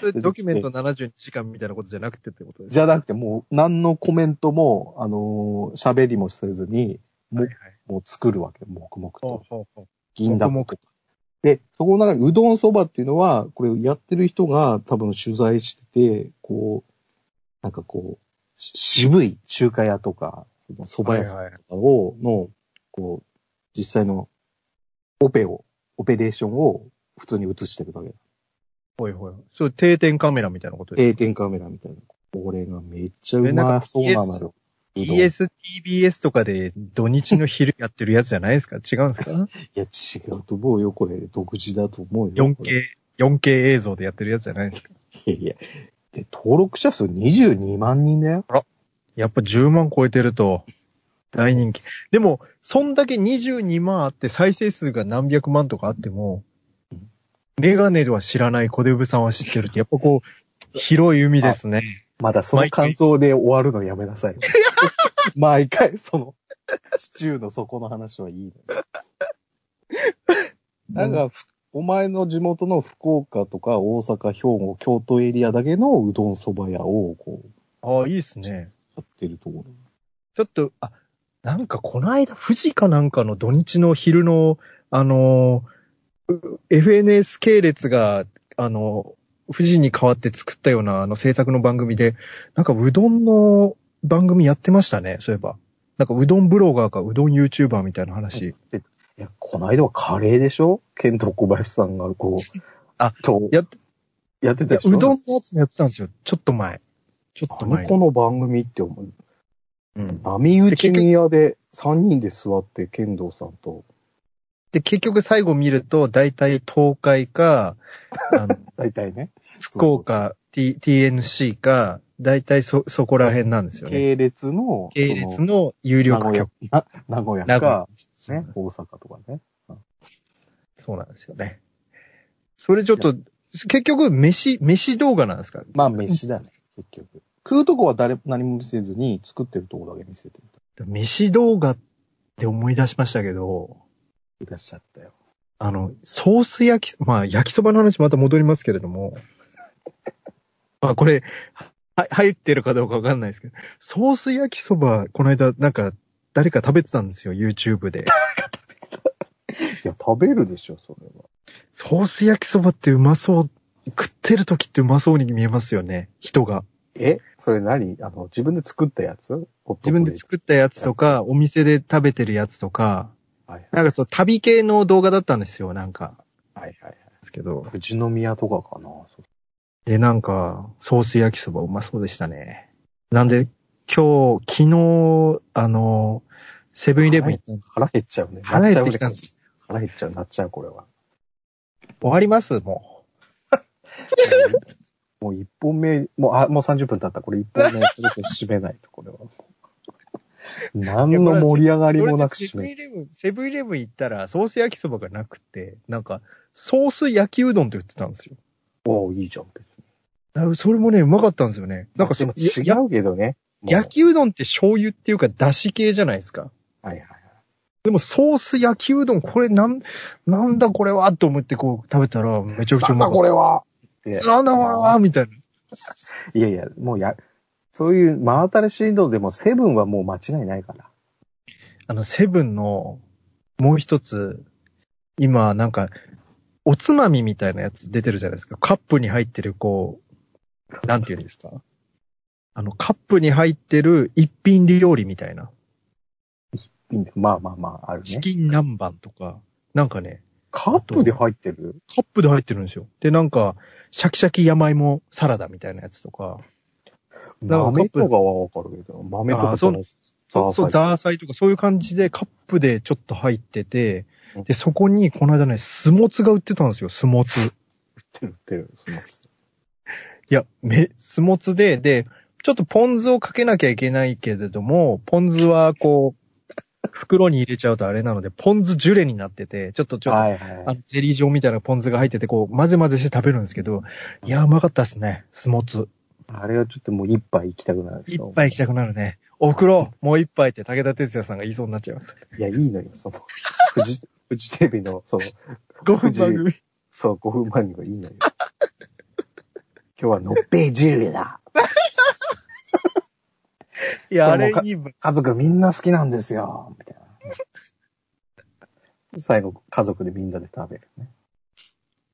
S2: それドキュメント72時間みたいなことじゃなくてってことです
S3: じゃなくてもう何のコメントも、あのー喋りもせずに、
S2: はい
S3: も
S2: はいう
S3: もう作るわけ、黙々
S2: ほう
S3: と。
S2: ほうほう
S3: 銀だ
S2: 黙々
S3: で、そこの中にうどんそばっていうのは、これやってる人が多分取材してて、こう、なんかこう、し渋い中華屋とか、その蕎麦屋さんとかを、の、こう、実際のオペを、オペレーションを普通に映してるだけ。
S2: ほいほい。そう、定点カメラみたいなことです
S3: 定
S2: か。
S3: 点カメラみたいな。これがめっちゃうまそうなのよ。うどん
S2: ESTBS とかで土日の昼やってるやつじゃないですか違うんですか
S3: いや、違うと思うよ、これ。独自だと思うよ。これ
S2: ?4K、4K 映像でやってるやつじゃないですか
S3: いやいや。で、登録者数22万人だよ。
S2: やっぱ10万超えてると、大人気。でも、そんだけ22万あって再生数が何百万とかあっても、メガネでは知らない小デブさんは知ってるって、やっぱこう、広い海ですね。
S3: まだその感想で終わるのやめなさい。毎回、その、シチューの底の話はいいのよ。なんか、ふお前の地元の福岡とか大阪、兵庫、京都エリアだけのうどんそば屋を、こう、
S2: ああ、いいっすね。
S3: ってるところ。
S2: ちょっと、あ、なんかこの間、富士かなんかの土日の昼の、あのー、う FNS 系列が、あの、富士に代わって作ったような、あの、制作の番組で、なんかうどんの番組やってましたね、そういえば。なんかうどんブロガーかうどん YouTuber みたいな話。
S3: いや、この間はカレーでしょケント小林さんがこう。
S2: あ、
S3: 今日。
S2: やっ
S3: やって
S2: い
S3: た
S2: や
S3: でしょ
S2: うどんのやつもやってたんですよ、ちょっと前。ちょっと
S3: あの
S2: 前
S3: 子
S2: に。
S3: の番組って思う。
S2: うん
S3: 波打ち宮で3人で座って、剣道さんと。
S2: で、結局最後見ると、大体東海
S3: [laughs]
S2: か、あの
S3: 大体ね。
S2: 福岡、T、TNC か、大体そ、そこら辺なんですよね。
S3: 系列の。
S2: 系列の有
S3: その。名
S2: 力
S3: 古屋
S2: 局。
S3: な名古屋
S2: 名古屋
S3: か、ね、大阪とかね。
S2: そうなんですよね。それちょっと、結局、飯、飯動画なんですか
S3: まあ、飯だね、結局。食うとこは誰、何も見せずに、作ってるとこだけ見せて
S2: 飯動画って思い出しましたけど、
S3: いらっしゃったよ。
S2: あの、ソース焼き、まあ、焼きそばの話また戻りますけれども、まあ、これ、は、入ってるかどうかわかんないですけど、ソース焼きそば、この間、なんか、誰か食べてたんですよ、YouTube で。
S3: いや、食べるでしょ、それは。
S2: ソース焼きそばってうまそう、食ってる時ってうまそうに見えますよね、人が。
S3: えそれ何あの、自分で作ったやつ
S2: 自分で
S3: っ
S2: 作ったやつとか、お店で食べてるやつとか、
S3: た。はい
S2: なんかそう、旅系の動画だったんですよ、なんか。
S3: はいはい。
S2: ですけど。
S3: 富士宮とかかな。そ
S2: で、なんか、ソース焼きそばうまそうでしたね。なんで、今日、昨日、あの、セブンイレブン行ったんです
S3: 腹減っちゃうね。
S2: 腹減ってきたんです。
S3: 腹減っちゃう、なっちゃう、これは。
S2: 終わりますも
S3: もう一本目、もう、あ、もう30分経った。これ一本目、それぞれ締めないと、これは。何の盛り上が
S2: う。
S3: りもなく
S2: セ
S3: 締
S2: ブン
S3: め。
S2: イレブン、セブンイレブン行ったら、ソース焼きそばがなくて、なんか、ソース焼きうどんって売ってたんですよ。
S3: おういいじゃん、別に。
S2: あそれもね、うまかったんですよね。なんか
S3: で
S2: そ
S3: も
S2: の、
S3: 違
S2: やや
S3: うけどね。もう
S2: 焼きうどんって醤油っていうか、だし系じゃないですか。
S3: はいはいはい。
S2: でも、ソース焼きうどん、これなん、なんだこれはと思ってこう食べたら、めちゃくちゃうまかった。
S3: れはって
S2: なんだこれはみたいな。
S3: いやいや、もうや、そういう真新しいのでも、セブンはもう間違いないから。
S2: あの、セブンの、もう一つ、今、なんか、おつまみみたいなやつ出てるじゃないですか。カップに入ってる、こう、なんていうんですか。あの、カップに入ってる一品料理みたいな。
S3: いいんだよまあまあまあ、ある
S2: チ
S3: ね。
S2: キン南蛮とか、なんかね、
S3: カップで入ってる
S2: カップで入ってるんですよ。で、なんか、シャキシャキ山芋サラダみたいなやつとか、なんかカップ
S3: 豆とかはわかるけど、豆と
S2: あ
S3: か
S2: ーそう
S3: のザ
S2: そう
S3: ーサ
S2: そう、
S3: イ
S2: ザーサイとかそういう感じでカップでちょっと入ってて
S3: うん、
S2: で、そこにこの間ね、スモツが売ってたんですよ、スモツ。
S3: ってるってる。その
S2: いや、め、スモツで、で、ちょっとポン酢をかけなきゃいけないけれども、ポン酢はこう、袋に入れちゃうとあれなので、ポン酢ジュレになってて、ちょっとちょっと、
S3: はい
S2: あ
S3: はい。
S2: のゼリー状みたいなポン酢が入ってて、こう、混ぜ混ぜして食べるんですけど、いや、うまかったですね、スモツ。
S3: あれはちょっともう一杯行きたくなるで
S2: 一
S3: しょ。
S2: 杯行きたくなるね。おくろ、もう一杯って武田鉄矢さんが言いそうになっちゃいます。
S3: いや、いいのよ、その、 [laughs] フジ、フジテレビの、その、
S2: 5分番組。
S3: そう、5分番組がいい
S2: [laughs]
S3: のよ。今日はのっぺいジュレだ。
S2: いや、あれ
S3: これ
S2: いい番
S3: 家族みんな好きなんですよ、みたいな。最後、家族でみんなで食べるね。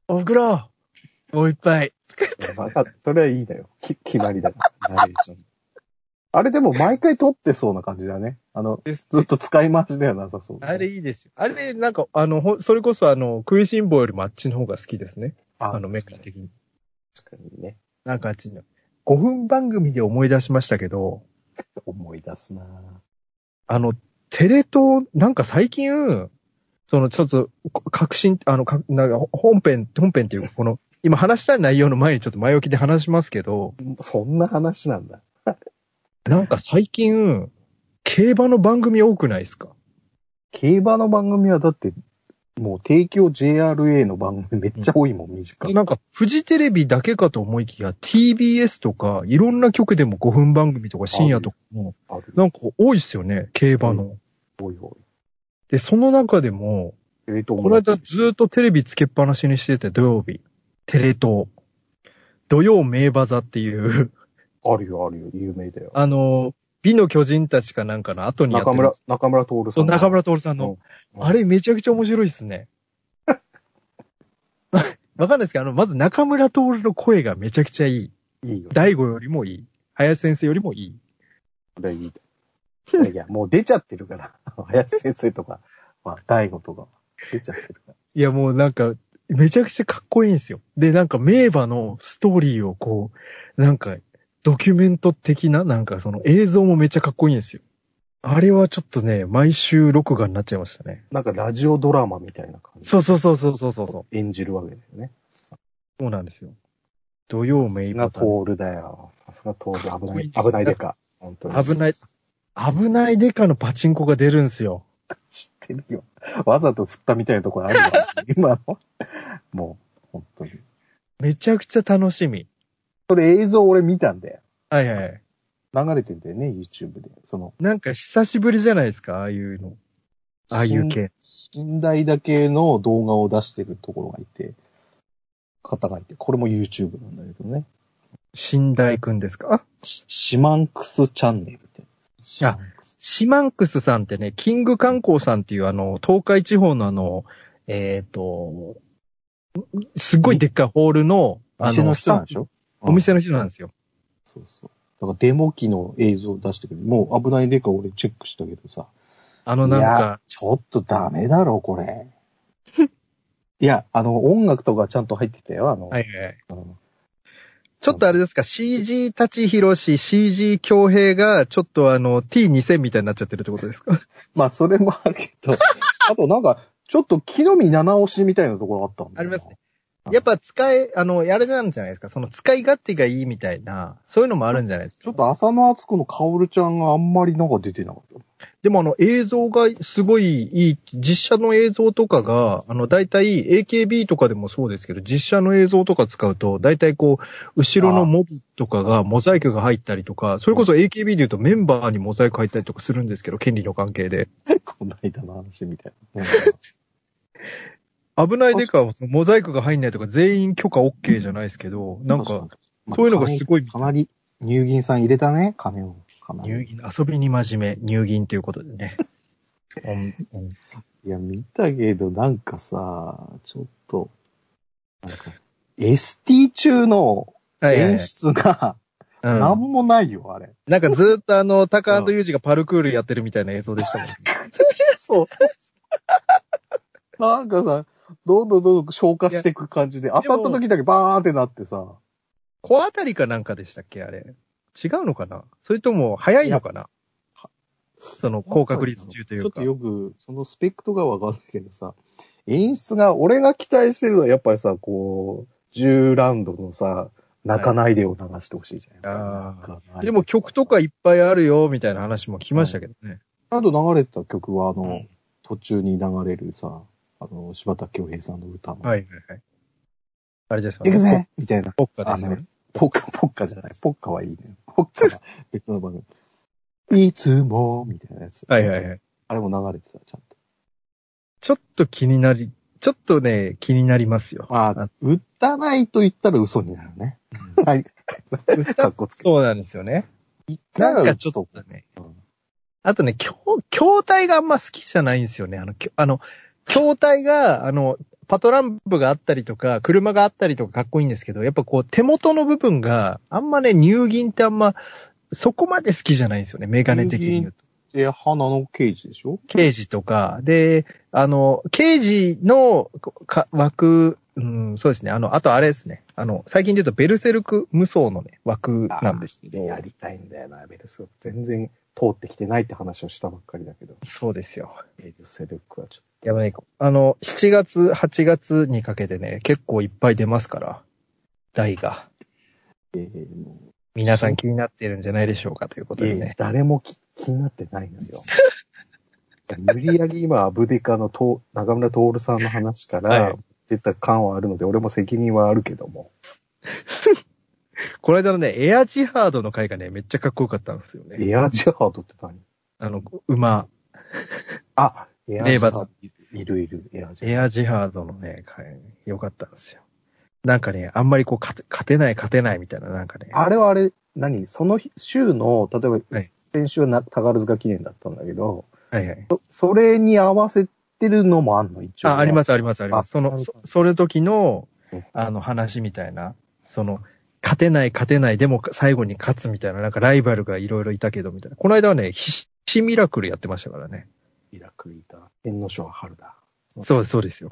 S2: おふくろ、もう一杯。
S3: まあ、それはいいのよ。き決まりだから、ナレーション。あれでも毎回撮ってそうな感じだね。あの、
S2: です
S3: ずっと使い回しではなさそう、
S2: あれいいですよ。あれ、なんか、あの、ほそれこそあの、食いしん坊よりもあっちの方が好きですね。
S3: あ
S2: あの、メ
S3: 確
S2: カ
S3: か
S2: 的に。
S3: にね。
S2: なんかあっちの。5分番組で思い出しましたけど、
S3: 思い出すなぁ
S2: あの、テレ東、なんか最近、そのちょっと、革新、あの、かなんか本編、本編っていうか、この、今話したい内容の前にちょっと前置きで話しますけど、
S3: そんな話なんだ。
S2: なんか最近、競馬の番組多くないですか
S3: 競馬の番組はだって、もう提供 JRA の番組めっちゃ多いもん、短い。
S2: なんか、フジテレビだけかと思いきや、TBS とか、いろんな局でも5分番組とか深夜とかも、
S3: ある
S2: なんか多いっすよね、競馬の。
S3: 多い多
S2: で、その中でも、
S3: い。えっと、
S2: この間ずっとテレビつけっぱなしにしてて、土曜日。テレ東。土曜名馬座っていう、
S3: あるよ、あるよ、有名だよ。
S2: あの、美の巨人たちかなんかの後にやって
S3: 中
S2: るん
S3: 村
S2: です、
S3: 中村徹さ。
S2: そうん中村徹さんの。
S3: うんうん
S2: あれめちゃくちゃ面白いっすね。 [laughs] わかんないですけど、あの、まず中村徹の声がめちゃくちゃいい。
S3: いいよ。
S2: 大悟よりもいい。林先生よりもいい。
S3: これいい。いやいや、もう出ちゃってるから。 [laughs] 林先生とか、まあ、大悟とか、出ちゃってるから。
S2: いや、もうなんか、めちゃくちゃかっこいいんですよ。で、なんか名馬のストーリーをこう、なんか、ドキュメント的な、なんかその映像もめっちゃかっこいいんですよ。あれはちょっとね、毎週録画になっちゃいましたね。
S3: なんかラジオドラマみたいな感じ。
S2: そうそうそうそうそうそう。そ
S3: 演じるわけだよね。
S2: うそうなんですよ。土曜
S3: さ
S2: 名
S3: す
S2: 馬だ
S3: がトールだよ。さすがトール。危
S2: かっ
S3: な
S2: こ
S3: い
S2: いい、
S3: 危ないでか。本当に。
S2: 危ない、危ないデカのパチンコが出るんですよ。
S3: 知ってるよ。わざと振ったみたいなところある [laughs] わ。今の。もう、本当に。
S2: めちゃくちゃ楽しみ。
S3: それ映像俺見たんだよ。
S2: はいはい。
S3: 流れてんだよね、YouTube で。その、
S2: なんか久しぶりじゃないですか、ああいうの。ああいう系。
S3: 寝台だけの動画を出してるところがいて、方がいて、これも YouTube なんだけどね。
S2: 新大くんですかあ
S3: シシマンクスチャンネルってやつ。シマンクス
S2: シマンクスさんってね、キング観光さんっていうあの、東海地方のあの、えっ、と、すっごいでっかいホールの、あ
S3: 店の人なんでしょ
S2: お店
S3: の。
S2: の人なんですよ。
S3: そうそう。だからデモ機の映像を出してくる。もう危ないでか俺チェックしたけどさ。
S2: あのなん
S3: い
S2: か
S3: や、ちょっとダメだろ、
S2: [laughs]
S3: これ。いや、あの、音楽とかちゃんと入ってたよ、あの。
S2: はいはい。
S3: あの
S2: ちょっとあれですか、CG 立ち広し、CG 京平が、ちょっとあの、T2000 みたいになっちゃってるってことですか
S3: まあ、それもあるけど、あとなんか、ちょっと木の実七押しみたいなところあったんだ
S2: あ
S3: よ
S2: り
S3: な
S2: ますね。やっぱ使え、あの、あれなんじゃないですか、その使い勝手がいいみたいな、そういうのもあるんじゃないですか。
S3: ちょっと浅野敦子のカオルちゃんがあんまりなんか出てなかった。
S2: でもあの映像がすごいいい、実写の映像とかが、あの大体 AKB とかでもそうですけど、実写の映像とか使うと、大体こう、後ろのモブとかがモザイクが入ったりとか、それこそ AKB で言うとメンバーにモザイク入ったりとかするんですけど、権利の関係で。 [laughs]
S3: この間の話みたいな。
S2: 危ないデカはそのモザイクが入んないとか全員許可 OK じゃないですけど、なんか、、そういうのがすごい
S3: かなり、入銀さん入れたね、金を。かなり
S2: 入銀、遊びに真面目、入銀ということでね。うんうん
S3: いや、見たけど、なんかさ、ちょっと、なんか、ST 中の
S2: はいはいは
S3: 演
S2: い
S3: 出が、
S2: うん
S3: なんもないよ、あれ。
S2: なんかずっとあの、タカユージがパルクールやってるみたいな映像でしたもん。
S3: そう。 [laughs] なんかさ、どんどんどんどん消化していく感じで、当たった時だけバーンってなってさ、
S2: 小当たりかなんかでしたっけあれ。違うのかなそれとも、早いのかなその、高確率中とい
S3: ちょ
S2: う
S3: っ
S2: か
S3: と。よく、そのスペックとかわかんないけどさ、演出が、俺が期待してるのはやっぱりさ、こう、10ラウンドのさ、泣かないでを流してほしいじゃん。
S2: あー
S3: 泣かない
S2: でも曲と、かいっぱいあるよ、みたいな話も来ましたけどね。
S3: あと流れてた曲は、あの、
S2: うん
S3: 途中に流れるさ、あの、柴田恭平さんの歌の、
S2: はいはいはい。あれですよ
S3: 行
S2: ね。
S3: くぜみたいな。
S2: ポッカですよね。
S3: ポッカ、ポッカじゃない。ポッカはいいね。ポッカは別の番組。いつも、みたいなやつ。
S2: はいはいはい。
S3: あれも流れてた、ちゃんと。
S2: ちょっと気になり、ちょっとね、気になりますよ。
S3: ま
S2: あ
S3: あ、売ったないと言ったら嘘になるね。 [laughs] はい。かっこつけ。
S2: そうなんですよね。
S3: 一
S2: な
S3: 回
S2: ん
S3: は
S2: か
S3: 打
S2: ち
S3: ち
S2: ょっ
S3: と
S2: とね。
S3: うん
S2: あとね、筐筐体があんま好きじゃないんですよね。あの、きょあの、筐体が、あの、パトランプがあったりとか、車があったりとかかっこいいんですけど、やっぱこう手元の部分が、あんまね、乳銀ってあんま、そこまで好きじゃないんですよね、メガネ的に言うと。
S3: で、花の刑事でしょ
S2: 刑事とか、で、あの、刑事のか枠、うん、そうですね。あの、あとあれですね。あの、最近で言うとベルセルク無双のね、枠なんですけど
S3: や。りたいんだよな、ベルスは。全然通ってきてないって話をしたばっかりだけど。
S2: そうですよ。
S3: ベルセルクはちょっ
S2: やばい。あの、7月、8月にかけてね、結構いっぱい出ますから、台が。
S3: と、えーもう
S2: 皆さん気になってるんじゃないでしょうかということで
S3: いやいや
S2: ね。
S3: 誰もき気になってないんで
S2: [laughs]
S3: すよ。いや無理やり今、アブデカのと中村徹さんの話か
S2: は
S3: ら
S2: い
S3: 出た感はあるので、俺も責任はあるけども。
S2: この間のね、エアジハードの回がね、めっちゃかっこよかったんですよね。
S3: エアジハードって何
S2: あの、馬、
S3: あ、エア
S2: レ
S3: ジ
S2: イ
S3: ハ
S2: バー
S3: ー
S2: さ
S3: ド
S2: ん。
S3: いるいる、エアジハー
S2: エアジハードのね、回、よかったんですよ。なんかね、あんまりこう、勝て勝てない、勝てないみたいな、なんかね。
S3: ド。あれはあれ、何その日週の、例えば、
S2: はい
S3: 先週はな宝塚記念だったんだけど、
S2: はいはい。
S3: そそれに合わせてるのもあんの、一応。。
S2: あ、ありますすありますあります。
S3: あ
S2: その、
S3: なるほ
S2: そ
S3: ど
S2: それ時の
S3: うん、
S2: あの話みたいな、その、勝てない勝てないでも最後に勝つみたいな、なんかライバルがいろいろいたけどみたいな。この間はね、必死ミラクルやってましたからね。
S3: イラクリータ。天皇賞は春だ。
S2: そうです、そうですよ。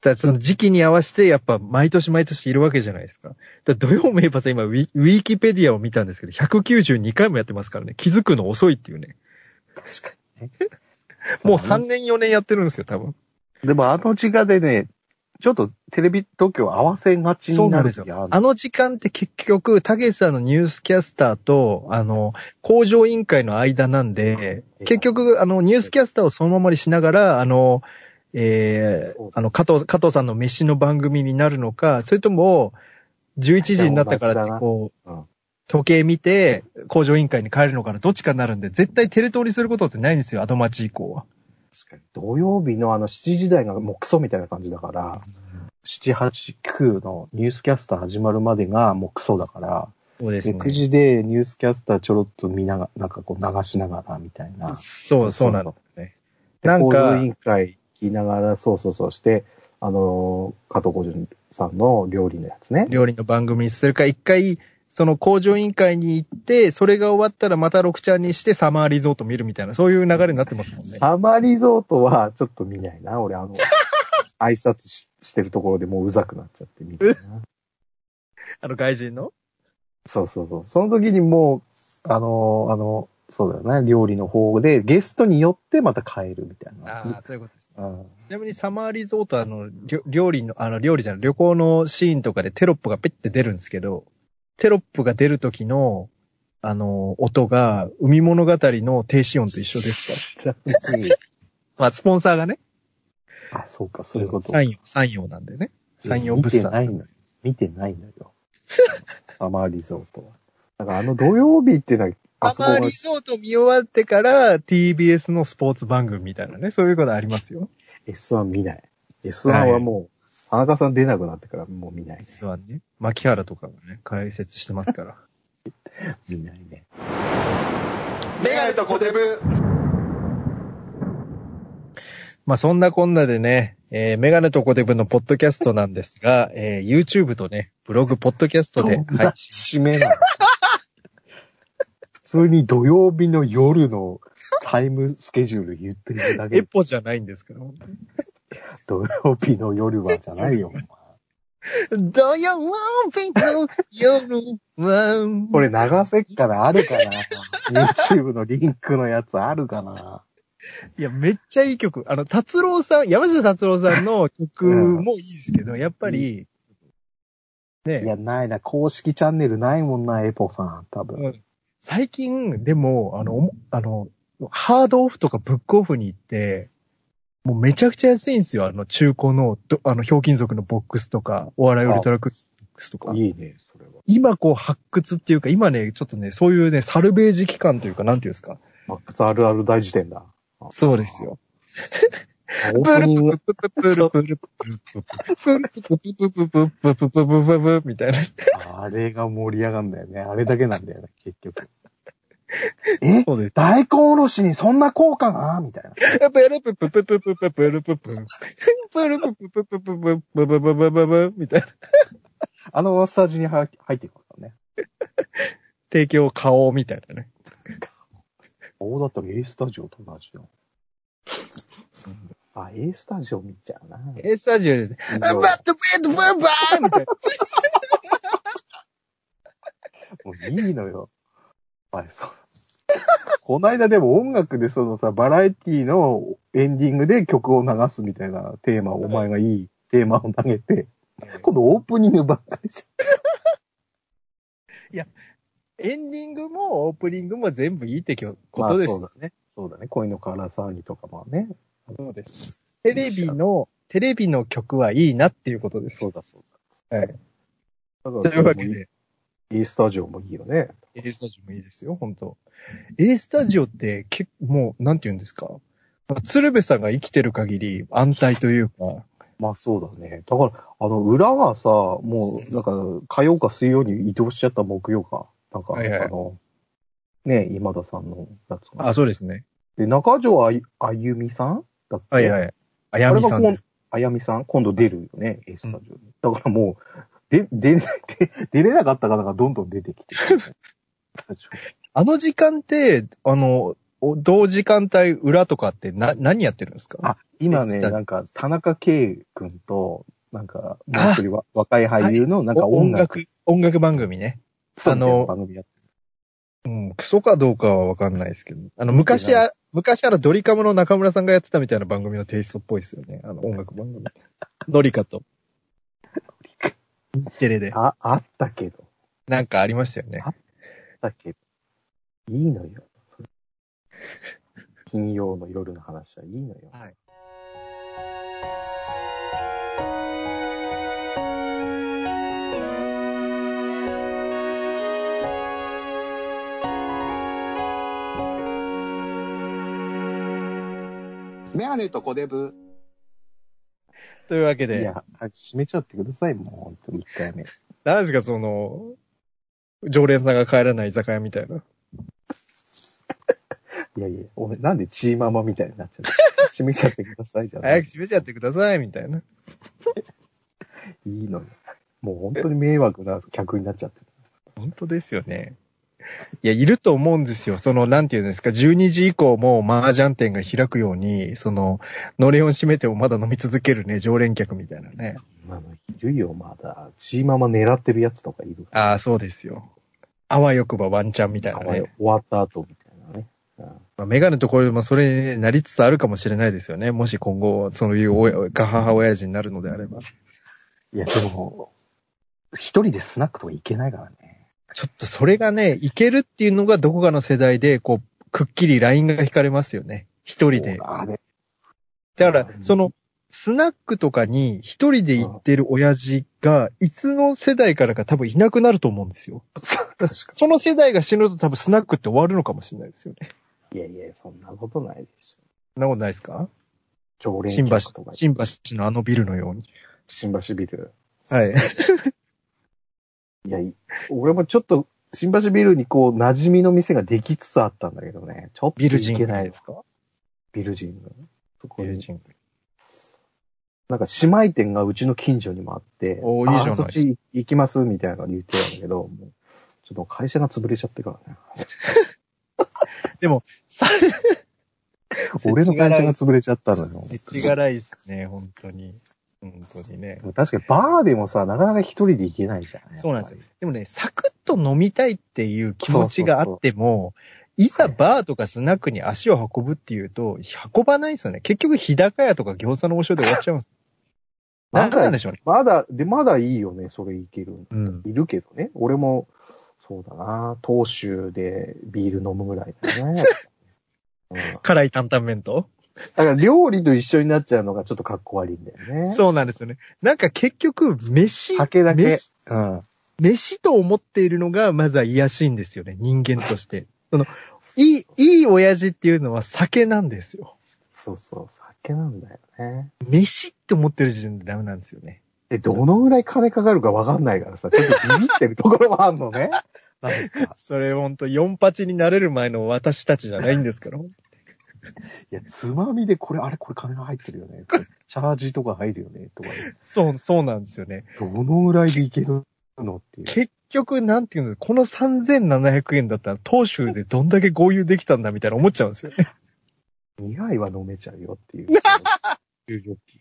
S2: だからその時期に合わせて、やっぱ毎年毎年いるわけじゃないですか。だから土曜名馬さん今ウィ、ウィキペディアを見たんですけど、192回もやってますからね、気づくの遅いっていうね。
S3: 確かにね。
S2: [laughs] もう3年4年やってるんですよ、多分。
S3: でもあの時間でね、ちょっとテレビ東京合わせがち
S2: そう
S3: に
S2: な
S3: なん
S2: で
S3: る
S2: す
S3: 時
S2: よ
S3: あ。
S2: あ
S3: る。
S2: の時間って結局、たけしさんのニュースキャスターと、あの、工場委員会の間なんで、結局、あの、ニュースキャスターをそのままにしながら、あの、えー
S3: そうです
S2: あの、加藤、加藤さんの飯の番組になるのか、それとも、11時になったからって、こう
S3: うん、
S2: 時計見て、工場委員会に帰るのかな、どっちかになるんで、絶対テレ東にすることってないんですよ、後町以降は。
S3: 確かに土曜日のあの7時台がもうクソみたいな感じだから、7、8、9のニュースキャスター始まるまでがもうクソだから、
S2: そうで
S3: で9時でニュースキャスターちょろっと見ながら、なんかこう流しながらみたいな。
S2: そう、そうなんですね。
S3: で
S2: なんか
S3: 工場委員会聞きながら、そうそうそうして、あのー、加藤小純さんの料理のやつね。
S2: 料理の番組にするか、一回、その工場委員会に行って、それが終わったらまた6ちゃんにしてサマーリゾート見るみたいな、そういう流れになってますもんね。
S3: サマリゾートはちょっと見ないな、俺
S2: [laughs]
S3: あの、挨拶ししてるところでもううざくなっちゃって見ないな。
S2: あの外人の
S3: そうそうそう。その時にもう、あの、あの、そうだよね、料理の方でゲストによってまた変えるみたい
S2: あ
S3: な
S2: あ、。そういうことです。
S3: うん
S2: ちなみにサマーリゾートはあの、りょ料理の、あの、料理じゃない、旅行のシーンとかでテロップがペッて出るんですけど、テロップが出る時の、あの、音が、海物語の低子音と一緒です [laughs] から。まあ、スポンサーがね、
S3: あ、そうか、そういうこと。
S2: 山陽、山陽なんでね。山陽
S3: 見
S2: 物
S3: て
S2: 産。
S3: ないのよ。見てないのよ。サマーリゾートは。だからあの土曜日っていうのは、あ
S2: サ
S3: そこ
S2: マー
S3: が
S2: リゾート見終わってから TBS のスポーツ番組みたいなね、そういうことありますよ。
S3: S1 見ない。S1 はもう、田中さん出なくなってからもう見ない。
S2: 実はね、牧原とかがね、解説してますから。
S3: 見ないね。
S1: メガネとコデブ。
S2: まあそんなこんなでね、えーメガネとコデブのポッドキャストなんですが、えー YouTube とね、ブログ、ポッドキャストで
S3: どんな
S2: 配信。
S3: 締めなの普通に土曜日の夜のタイムスケジュール言ってるだ
S2: エ
S3: け、
S2: ポじゃないんですから、本当に
S3: 土曜日の夜はじゃないよ。お前
S2: 土曜日の夜は、
S3: これ流せっからあるかな ?YouTube のリンクのやつあるかない
S2: や、めっちゃいい曲。あの、達郎さん、山下達郎さんの曲もいいですけど、やっぱり、ね
S3: い、や、ないな。公式チャンネルないもんな、エポさん。多分。
S2: うん最近、でも、あの、おもあの、ハードオフとかブックオフに行って、もうめちゃくちゃ安いんですよ。あの、中古のど、あの、ひょうきん族のボックスとか、お笑いウルトラクッズボックスとか。
S3: いいね、それは。
S2: 今こう発掘っていうか、今ね、ちょっとね、そういうね、サルベージ期間というか、なんていうんですか。
S3: マックスあるある大辞典 [laughs] だ。
S2: そうですよ。
S3: あ。オープニング、
S2: プルプルプルプルプルプルプルプルプルプルプルプルプルプルプルみたいな。
S3: あれが盛り上がるんだよね。あれだけなんだよね、結局。え
S2: そうです。
S3: 大根おろしにそんな効果がみたいな。
S2: プルプルプルプルプルプルプルプルプルプルプルプルプルプルプルみたいな。
S3: あのスタジに入っていくからね。
S2: 提供買おうみたいなね。
S3: おだったら A スタジオと同じよ。あ、A スタジオ見ちゃうな。
S2: A スタジオです。
S3: 以
S2: ア
S3: 上
S2: バットベッドブーバーみたいな。
S3: もういいのよ。あれさ。こないだでも音楽でそのさ、バラエティのエンディングで曲を流すみたいなテーマ、お前がいいテーマを投げて、今度オープニングばっかりじ
S2: エンディングもオープニングも全部いいって
S3: ゃん。
S2: ことです。
S3: まあそうだね。そうだね。恋のから騒ぎとかもね。
S2: そうです。テレビの、テレビの曲はいいなっていうことです。
S3: そうだそうだ。
S2: はい。
S3: だ
S2: と
S3: から、
S2: いうわけで、
S3: A スタジオもいいよね。
S2: A スタジオもいいですよ、本当 A スタジオって、けもう、なんて言うんですか。まあ鶴瓶さんが生きてる限り安泰というか、
S3: まあそうだね。だから、あの、裏がさ、もう、なんか、火曜か水曜に移動しちゃった木曜か。なんか、
S2: はいはい
S3: あの、ね、今田さんのやつが
S2: あ、そうですね。
S3: で、中条あゆあゆみさんだって。
S2: はいはい。あや
S3: あれ
S2: み
S3: が
S2: さん
S3: こ
S2: で
S3: ん
S2: す。
S3: あやみさん今度出るよね、A スタジオに。だからもう、で、出れ、 [laughs] で出れなかった方がどんどん出てきてる、
S2: [laughs]
S3: スタジ
S2: あの時間って、あの、お同時間帯裏とかってな、何やってるんです
S3: オ
S2: か
S3: あ、今
S2: 出
S3: ね、
S2: てきた
S3: なんか、田中圭君と、なんか、もう一人わ若い俳優の、なんか
S2: お
S3: 音楽、
S2: 音楽番組ね。
S3: そうみたいな
S2: あの
S3: 番組やって
S2: うん、クソかどうかはわかんないですけど。あの、昔あ、昔あのドリカムの中村さんがやってたみたいな番組のテイストっぽいですよね。あの、音楽番組。ドリカと。日テレで。
S3: あ、あったけど、
S2: なんかありましたよね。
S3: だけど、いいのよ。金曜の夜の話はいいのよ。
S1: メガネとコデブ。
S2: というわけ
S3: い
S2: で、
S3: や、あ閉めちゃってください、もう、本当に一回目。
S2: 何ですか、その、常連さんが帰らない居酒屋みたいな。
S3: いやいや、俺なんでチーママみたいになっちゃ [laughs] った。閉めちゃってくださいじゃな
S2: 早
S3: い。
S2: く閉めちゃってください、みたいな。
S3: いいのよ。もう本当に迷惑な客になっちゃってる。
S2: 本当ですよね。いや、いると思うんですよ。その、なんていうんですか、12時以降も麻雀店が開くように、その、のれんを閉めてもまだ飲み続けるね、常連客みたいなね。
S3: あの、いるよ、まだ。チーママ狙ってるやつとかいる。
S2: ああ、そうですよ。あわよくばワンチャンみたいな
S3: あわよ
S2: ね。
S3: 終わった後みたいなね。うん
S2: まあ、メガネとこれもそれになりつつあるかもしれないですよね。もし今後、そういうおやガハハ親父になるのであれば。
S3: いや、でも、一人でスナックとか行けないからね。
S2: ちょっとそれがね、いけるっていうのがどこかの世代で、こう、くっきりラインが引かれますよね。一人で。
S3: あれ。
S2: だから、その、スナックとかに一人で行ってる親父が、いつの世代からか多分いなくなると思うんですよ。その世代が死ぬと多分スナックって終わるのかもしれないですよね。
S3: いやいや、そんなことないでしょ。
S2: そんなことないですか
S3: 常連
S2: 新
S3: 客
S2: 橋
S3: とか、、
S2: 新橋のあのビルのように。
S3: 新橋ビル。
S2: はい。
S3: いや、い俺もちょっと、新橋ビルにこう、馴染みの店ができつつあったんだけどね。ちょっと
S2: ビルジン
S3: 行
S2: グ
S3: けない
S2: ですか
S3: ビルジング。そこ
S2: ビル [laughs]
S3: に、
S2: ジング。
S3: なんか姉妹店がうちの近所にもあって、
S2: おーいいじゃない
S3: あーそっち行きますみたいなの言ってたんだけど、もうちょっと会社が潰れちゃってからね。
S2: [laughs] さ
S3: 俺の会社が潰れちゃったのよ。
S2: 世知辛いですね、本当に。本当にね。
S3: 確かにバーでもさ、なかなか一人で行けないじゃん。
S2: そうなんですよ
S3: やっぱ
S2: でもね、サクッと飲みたいっていう気持ちがあっても、いざバーとかスナックに足を運ぶっていうと、運ばないんですよね。結局、日高屋とか餃子の王将で終わっちゃうんですなんなんでしょうね。
S3: [laughs] り。まだ、で、まだいいよね、それ行けるの。
S2: うん。
S3: いるけどね。俺も、そうだな、東州でビール飲むぐらいだ [laughs] ね。うん、だ
S2: 辛い担々麺と、
S3: から料理と一緒になっちゃうのがちょっとかっこ悪いんだよね。う。
S2: そうなんですよね。なんか結局、飯、
S3: 酒だけ
S2: 飯。
S3: うん。
S2: 飯と思っているのが、まずは癒しいんですよね、人間として。
S3: [laughs]
S2: その、いい、いい親父っていうのは酒なんですよ。
S3: そうそう、酒なんだよね。
S2: 飯って思ってる時点でダメなんですよね。
S3: で、どのぐらい金かかるかわかんないからさ、ちょっとビビってるところもあんのね。 [laughs] なんか、
S2: それほんと、4八になれる前の私たちじゃないんですから。
S3: いや、つまみでこれ、あれこれ金が入ってるよね。チャージとか入るよね、とか、ね。
S2: [laughs] そう、そうなんですよね。
S3: どのぐらいでいけるのっていう。
S2: 結局、なんていうの、この3700円だったら、当州でどんだけ合流できたんだみたいな思っちゃうんですよね。
S3: 苦いは飲めちゃうよって [laughs] いう。中ジョッキ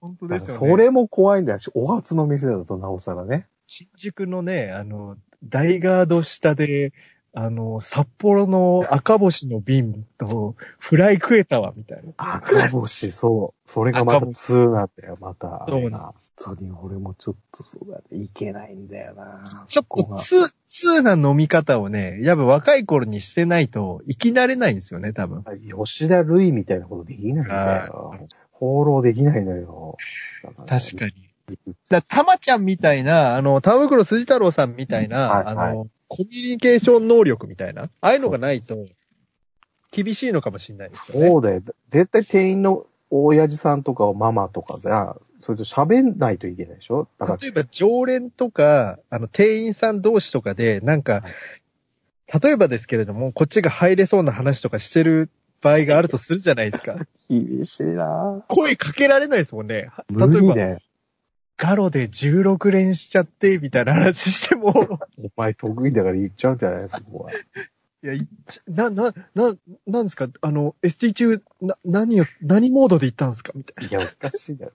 S2: 本当
S3: ーそれも怖いんだよ。お初の店だとなおさらね。
S2: 新宿のね、あの、大ガード下で、あの、札幌の赤星の瓶と、フライ食えたわ、みたいな。
S3: 赤星、そう。それがまた2なんだよ、また。
S2: そうなんです
S3: 本当に俺もちょっとそうだね。いけないんだよな
S2: ちょっ
S3: そことが
S2: ツー、ツーな飲み方をね、やっぱ若い頃にしてないと、生き慣れないんですよね、多分。
S3: 吉田類みたいなことできないんだよ。放浪できないのよ。
S2: 確かに。
S3: に。
S2: だたまちゃんみたいな、あの、玉袋筋太郎さんみたいな、
S3: はいはい
S2: あの、コミュニケーション能力みたいな、ああいうのがないと、厳しいのかもしれないですよね。
S3: そうだよ。絶対店員の親父さんとかママとかが、それと喋んないといけないでしょだから、
S2: 例えば常連とか、あの、店員さん同士とかで、なんか、例えばですけれども、こっちが入れそうな話とかしてる場合があるとするじゃないです
S3: [laughs]
S2: か。
S3: 厳しいな
S2: 声かけられないですもんね。
S3: 無理
S2: 例えば、
S3: ね。
S2: ガロで16連しちゃって、みたいな話しても、
S3: お前得意だから言っちゃうんじゃないそこは。
S2: いや、いな、な、な、なんですかあの、ST 中、な、何を、何モードで行ったんですかみたい
S4: いや、おかしいだろ。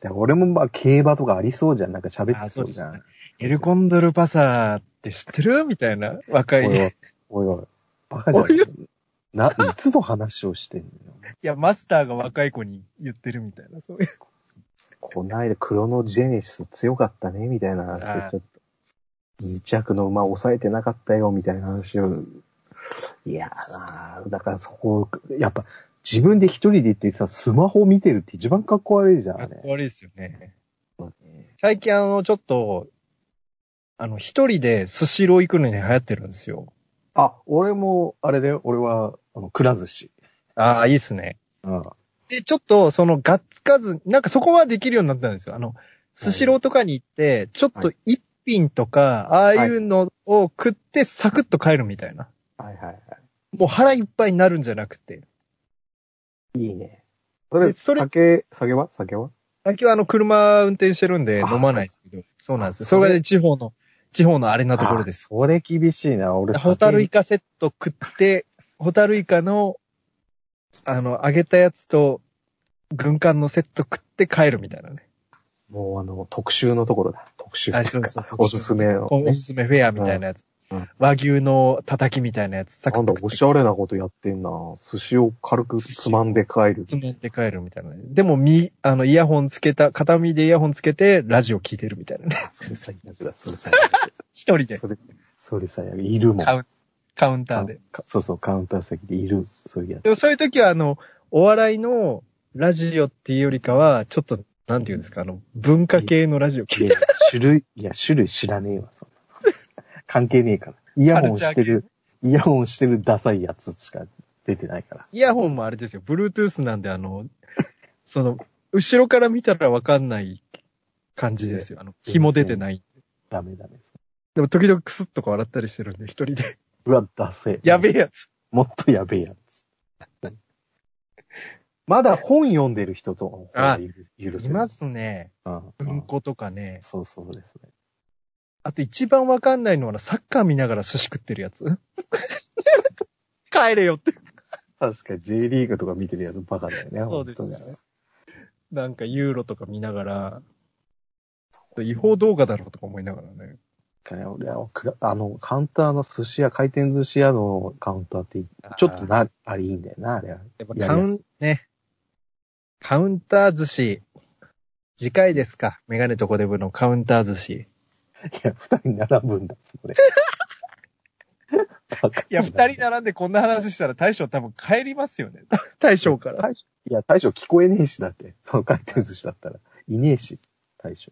S3: で俺もまあ競馬とかありそうじゃん。なんか喋っ
S2: あ
S3: て
S2: そ
S3: そうう
S2: です
S3: じ
S2: ね
S3: ゃん。
S2: な。エルコンドルパサーって知ってるみたいな、若い。
S3: おい
S2: い
S3: おい、おいおい。バカじゃ
S2: おいお
S3: なな、いつの話をしてんのよ。
S2: や、マスターが若い子に言ってるみたいな、そういう。
S4: こないだクロノジェネシス強かったね、みたいな話をちょっと。2着の馬抑えてなかったよ、みたいな話を。いやーなーだからそこ、
S3: やっぱ、自分で一人で言ってさ、スマホ見てるって一番かっこ悪いじゃん、
S2: か
S3: あ
S2: っ
S3: れ。
S2: こ悪いですよね。
S4: ね
S2: 最近あの、ちょっと、あの、一人でスシロー行くのに流行ってるんですよ。
S3: あ、俺も、あれだよ、俺は、あの、くら寿司。
S2: ああ、いいですね。
S3: うん。
S2: で、ちょっと、その、がっつかず、なんかそこはできるようになったんですよ。あの、スシローとかに行って、ちょっと一品とか、ああいうのを食って、サクッと帰るみたいな。
S4: はいはいは
S2: もう腹いっぱいになるんじゃなくて。
S4: い。いいね。それ、
S2: えそれ
S4: 酒、酒は酒は
S2: 最近はあの、車運転してるんで、
S4: あ
S2: 飲まないですけど。そうなんですよ。
S3: そ
S2: そ
S3: れ
S2: れがね地方の、地方のあれなところです。
S3: あそれ厳しいな、俺。
S2: ホタルイカセット食って、ホタルイカの、あの、揚げたやつと、軍艦のセット食って帰るみたいなね。
S4: もうあの、特集のところだ。特集。
S2: あそうそう
S4: おすすめの、
S2: おお
S4: ね。
S2: すすめフェアみたいなやつ。
S4: うんうん
S2: 和牛のたたきみたいなやつ、サ
S4: なんだ、おしゃれなことやってんな。寿司を軽くつまんで帰る。
S2: つまんで帰るみたいなね。でも、み、あの、イヤホンつけた、片耳でイヤホンつけて、ラジオ聞いてるみたいなね。 [laughs]
S4: あそれ最悪だ、それ最悪。
S2: 一人で、
S4: それ、
S3: それさ、いるもん
S2: カ。ウンカウンターで。
S3: かそうそう、カウンター席でいる、そういうやつ。
S2: でも、そういう時は、あの、お笑いのラジオっていうよりかは、ちょっと、なんていうんですか、あの、文化系のラジオ [laughs] 聞い
S3: い
S2: て、
S3: や、種類、いや、種類知らねえわ、そんな。関係ねえから。イヤホンしてる、イヤホンしてるダサいやつしか出てないから。
S2: イヤホンもあれですよ、Bluetooth なんで、あの、その、後ろから見たらわかんない感じですよ。あの、紐出てない。
S3: ダメダメ。
S2: でも、時々クスッとか笑ったりしてるんで、一人で。
S3: うわ、ダセえ。
S2: やべえやつ。
S3: もっとやべえやつ。まだ本読んでる人と、
S2: あ
S3: 許許せ
S2: い
S3: る。
S2: ますね。
S3: うん
S2: 文庫とかね。
S3: そうそうですね。
S2: あと一番わかんないのはな、サッカー見ながら寿司食ってるやつ。 [laughs] 帰れよって。
S3: 確か J リーグとか見てるやつバカだよね。
S2: そうです
S3: 本当にね
S2: なんかユーロとか見ながら、違法動画だろうとか思いながらね。
S3: だから俺はくらあの、カウンターの寿司屋、回転寿司屋のカウンターって、ちょっとな、あれいいんだよな、あれは。
S2: やっぱ
S3: やりやすい
S2: カウン、ね。カウンター寿司。次回ですか。メガネとコデブのカウンター寿司。
S3: いや、二人並ぶんだ、そこ
S2: [laughs]
S3: で。
S2: いや、二人並んでこんな話したら大将多分帰りますよね。 [laughs] 大将から。
S3: 大将いや、大将聞こえねえし、だって。その回転寿司だったら。いねえし、大将。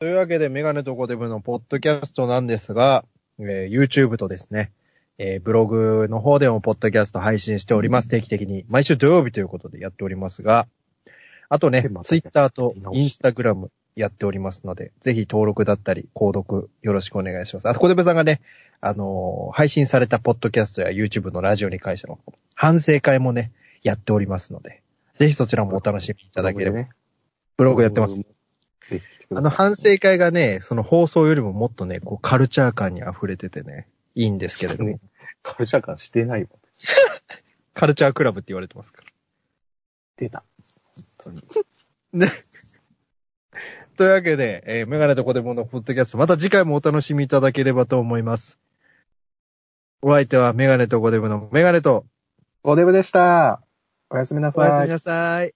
S2: というわけで、メガネとコデブのポッドキャストなんですが、えー YouTube とですね、えーブログの方でもポッドキャスト配信しております。定期的に。毎週土曜日ということでやっておりますが、あとね
S3: でま、た
S2: Twitter と
S3: 見直して
S2: Instagram やっておりますので、ぜひ登録だったり、購読よろしくお願いします。あと、コデブさんがね、あのー配信されたポッドキャストや YouTube のラジオに関しての反省会もね、やっておりますので、ぜひそちらもお楽しみいただければ。
S4: ね。
S2: ブログやってます。
S4: ぜひ来てく
S2: あ
S4: だ
S2: の
S4: さい。
S2: 反省会がね、その放送よりももっとね、こうカルチャー感に溢れててね、いいんですけれども。
S3: カルチャー感してないわ。
S2: カルチャークラブって言われてますから。
S3: 出た。
S2: というわけで、えーメガネとコデモのポッドキャスト、また次回もお楽しみいただければと思います。お相手はメガネとコデモのメガネと、
S3: ゴデブでした。おやすみな
S2: おや
S3: さ
S2: す
S3: い
S2: み。なさい。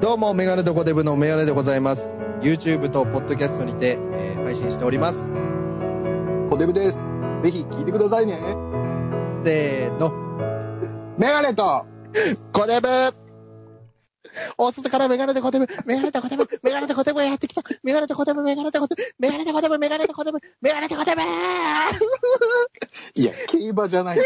S2: どうも、メガネとコデブのメガネでございます。YouTube と Podcast にて、えー配信しております。
S1: コデブです。ぜひ聞いてくださいね。
S2: せーの、
S1: メガネと
S2: コデブ大外からメガネとコテブ、メガネとコテブ、メガネとコテブがやってきた。メガネとコテブ、メガネとコテブ、メガネとコテブ、メガネとコテブ、メガネとコテブ
S3: いや、競馬じゃない。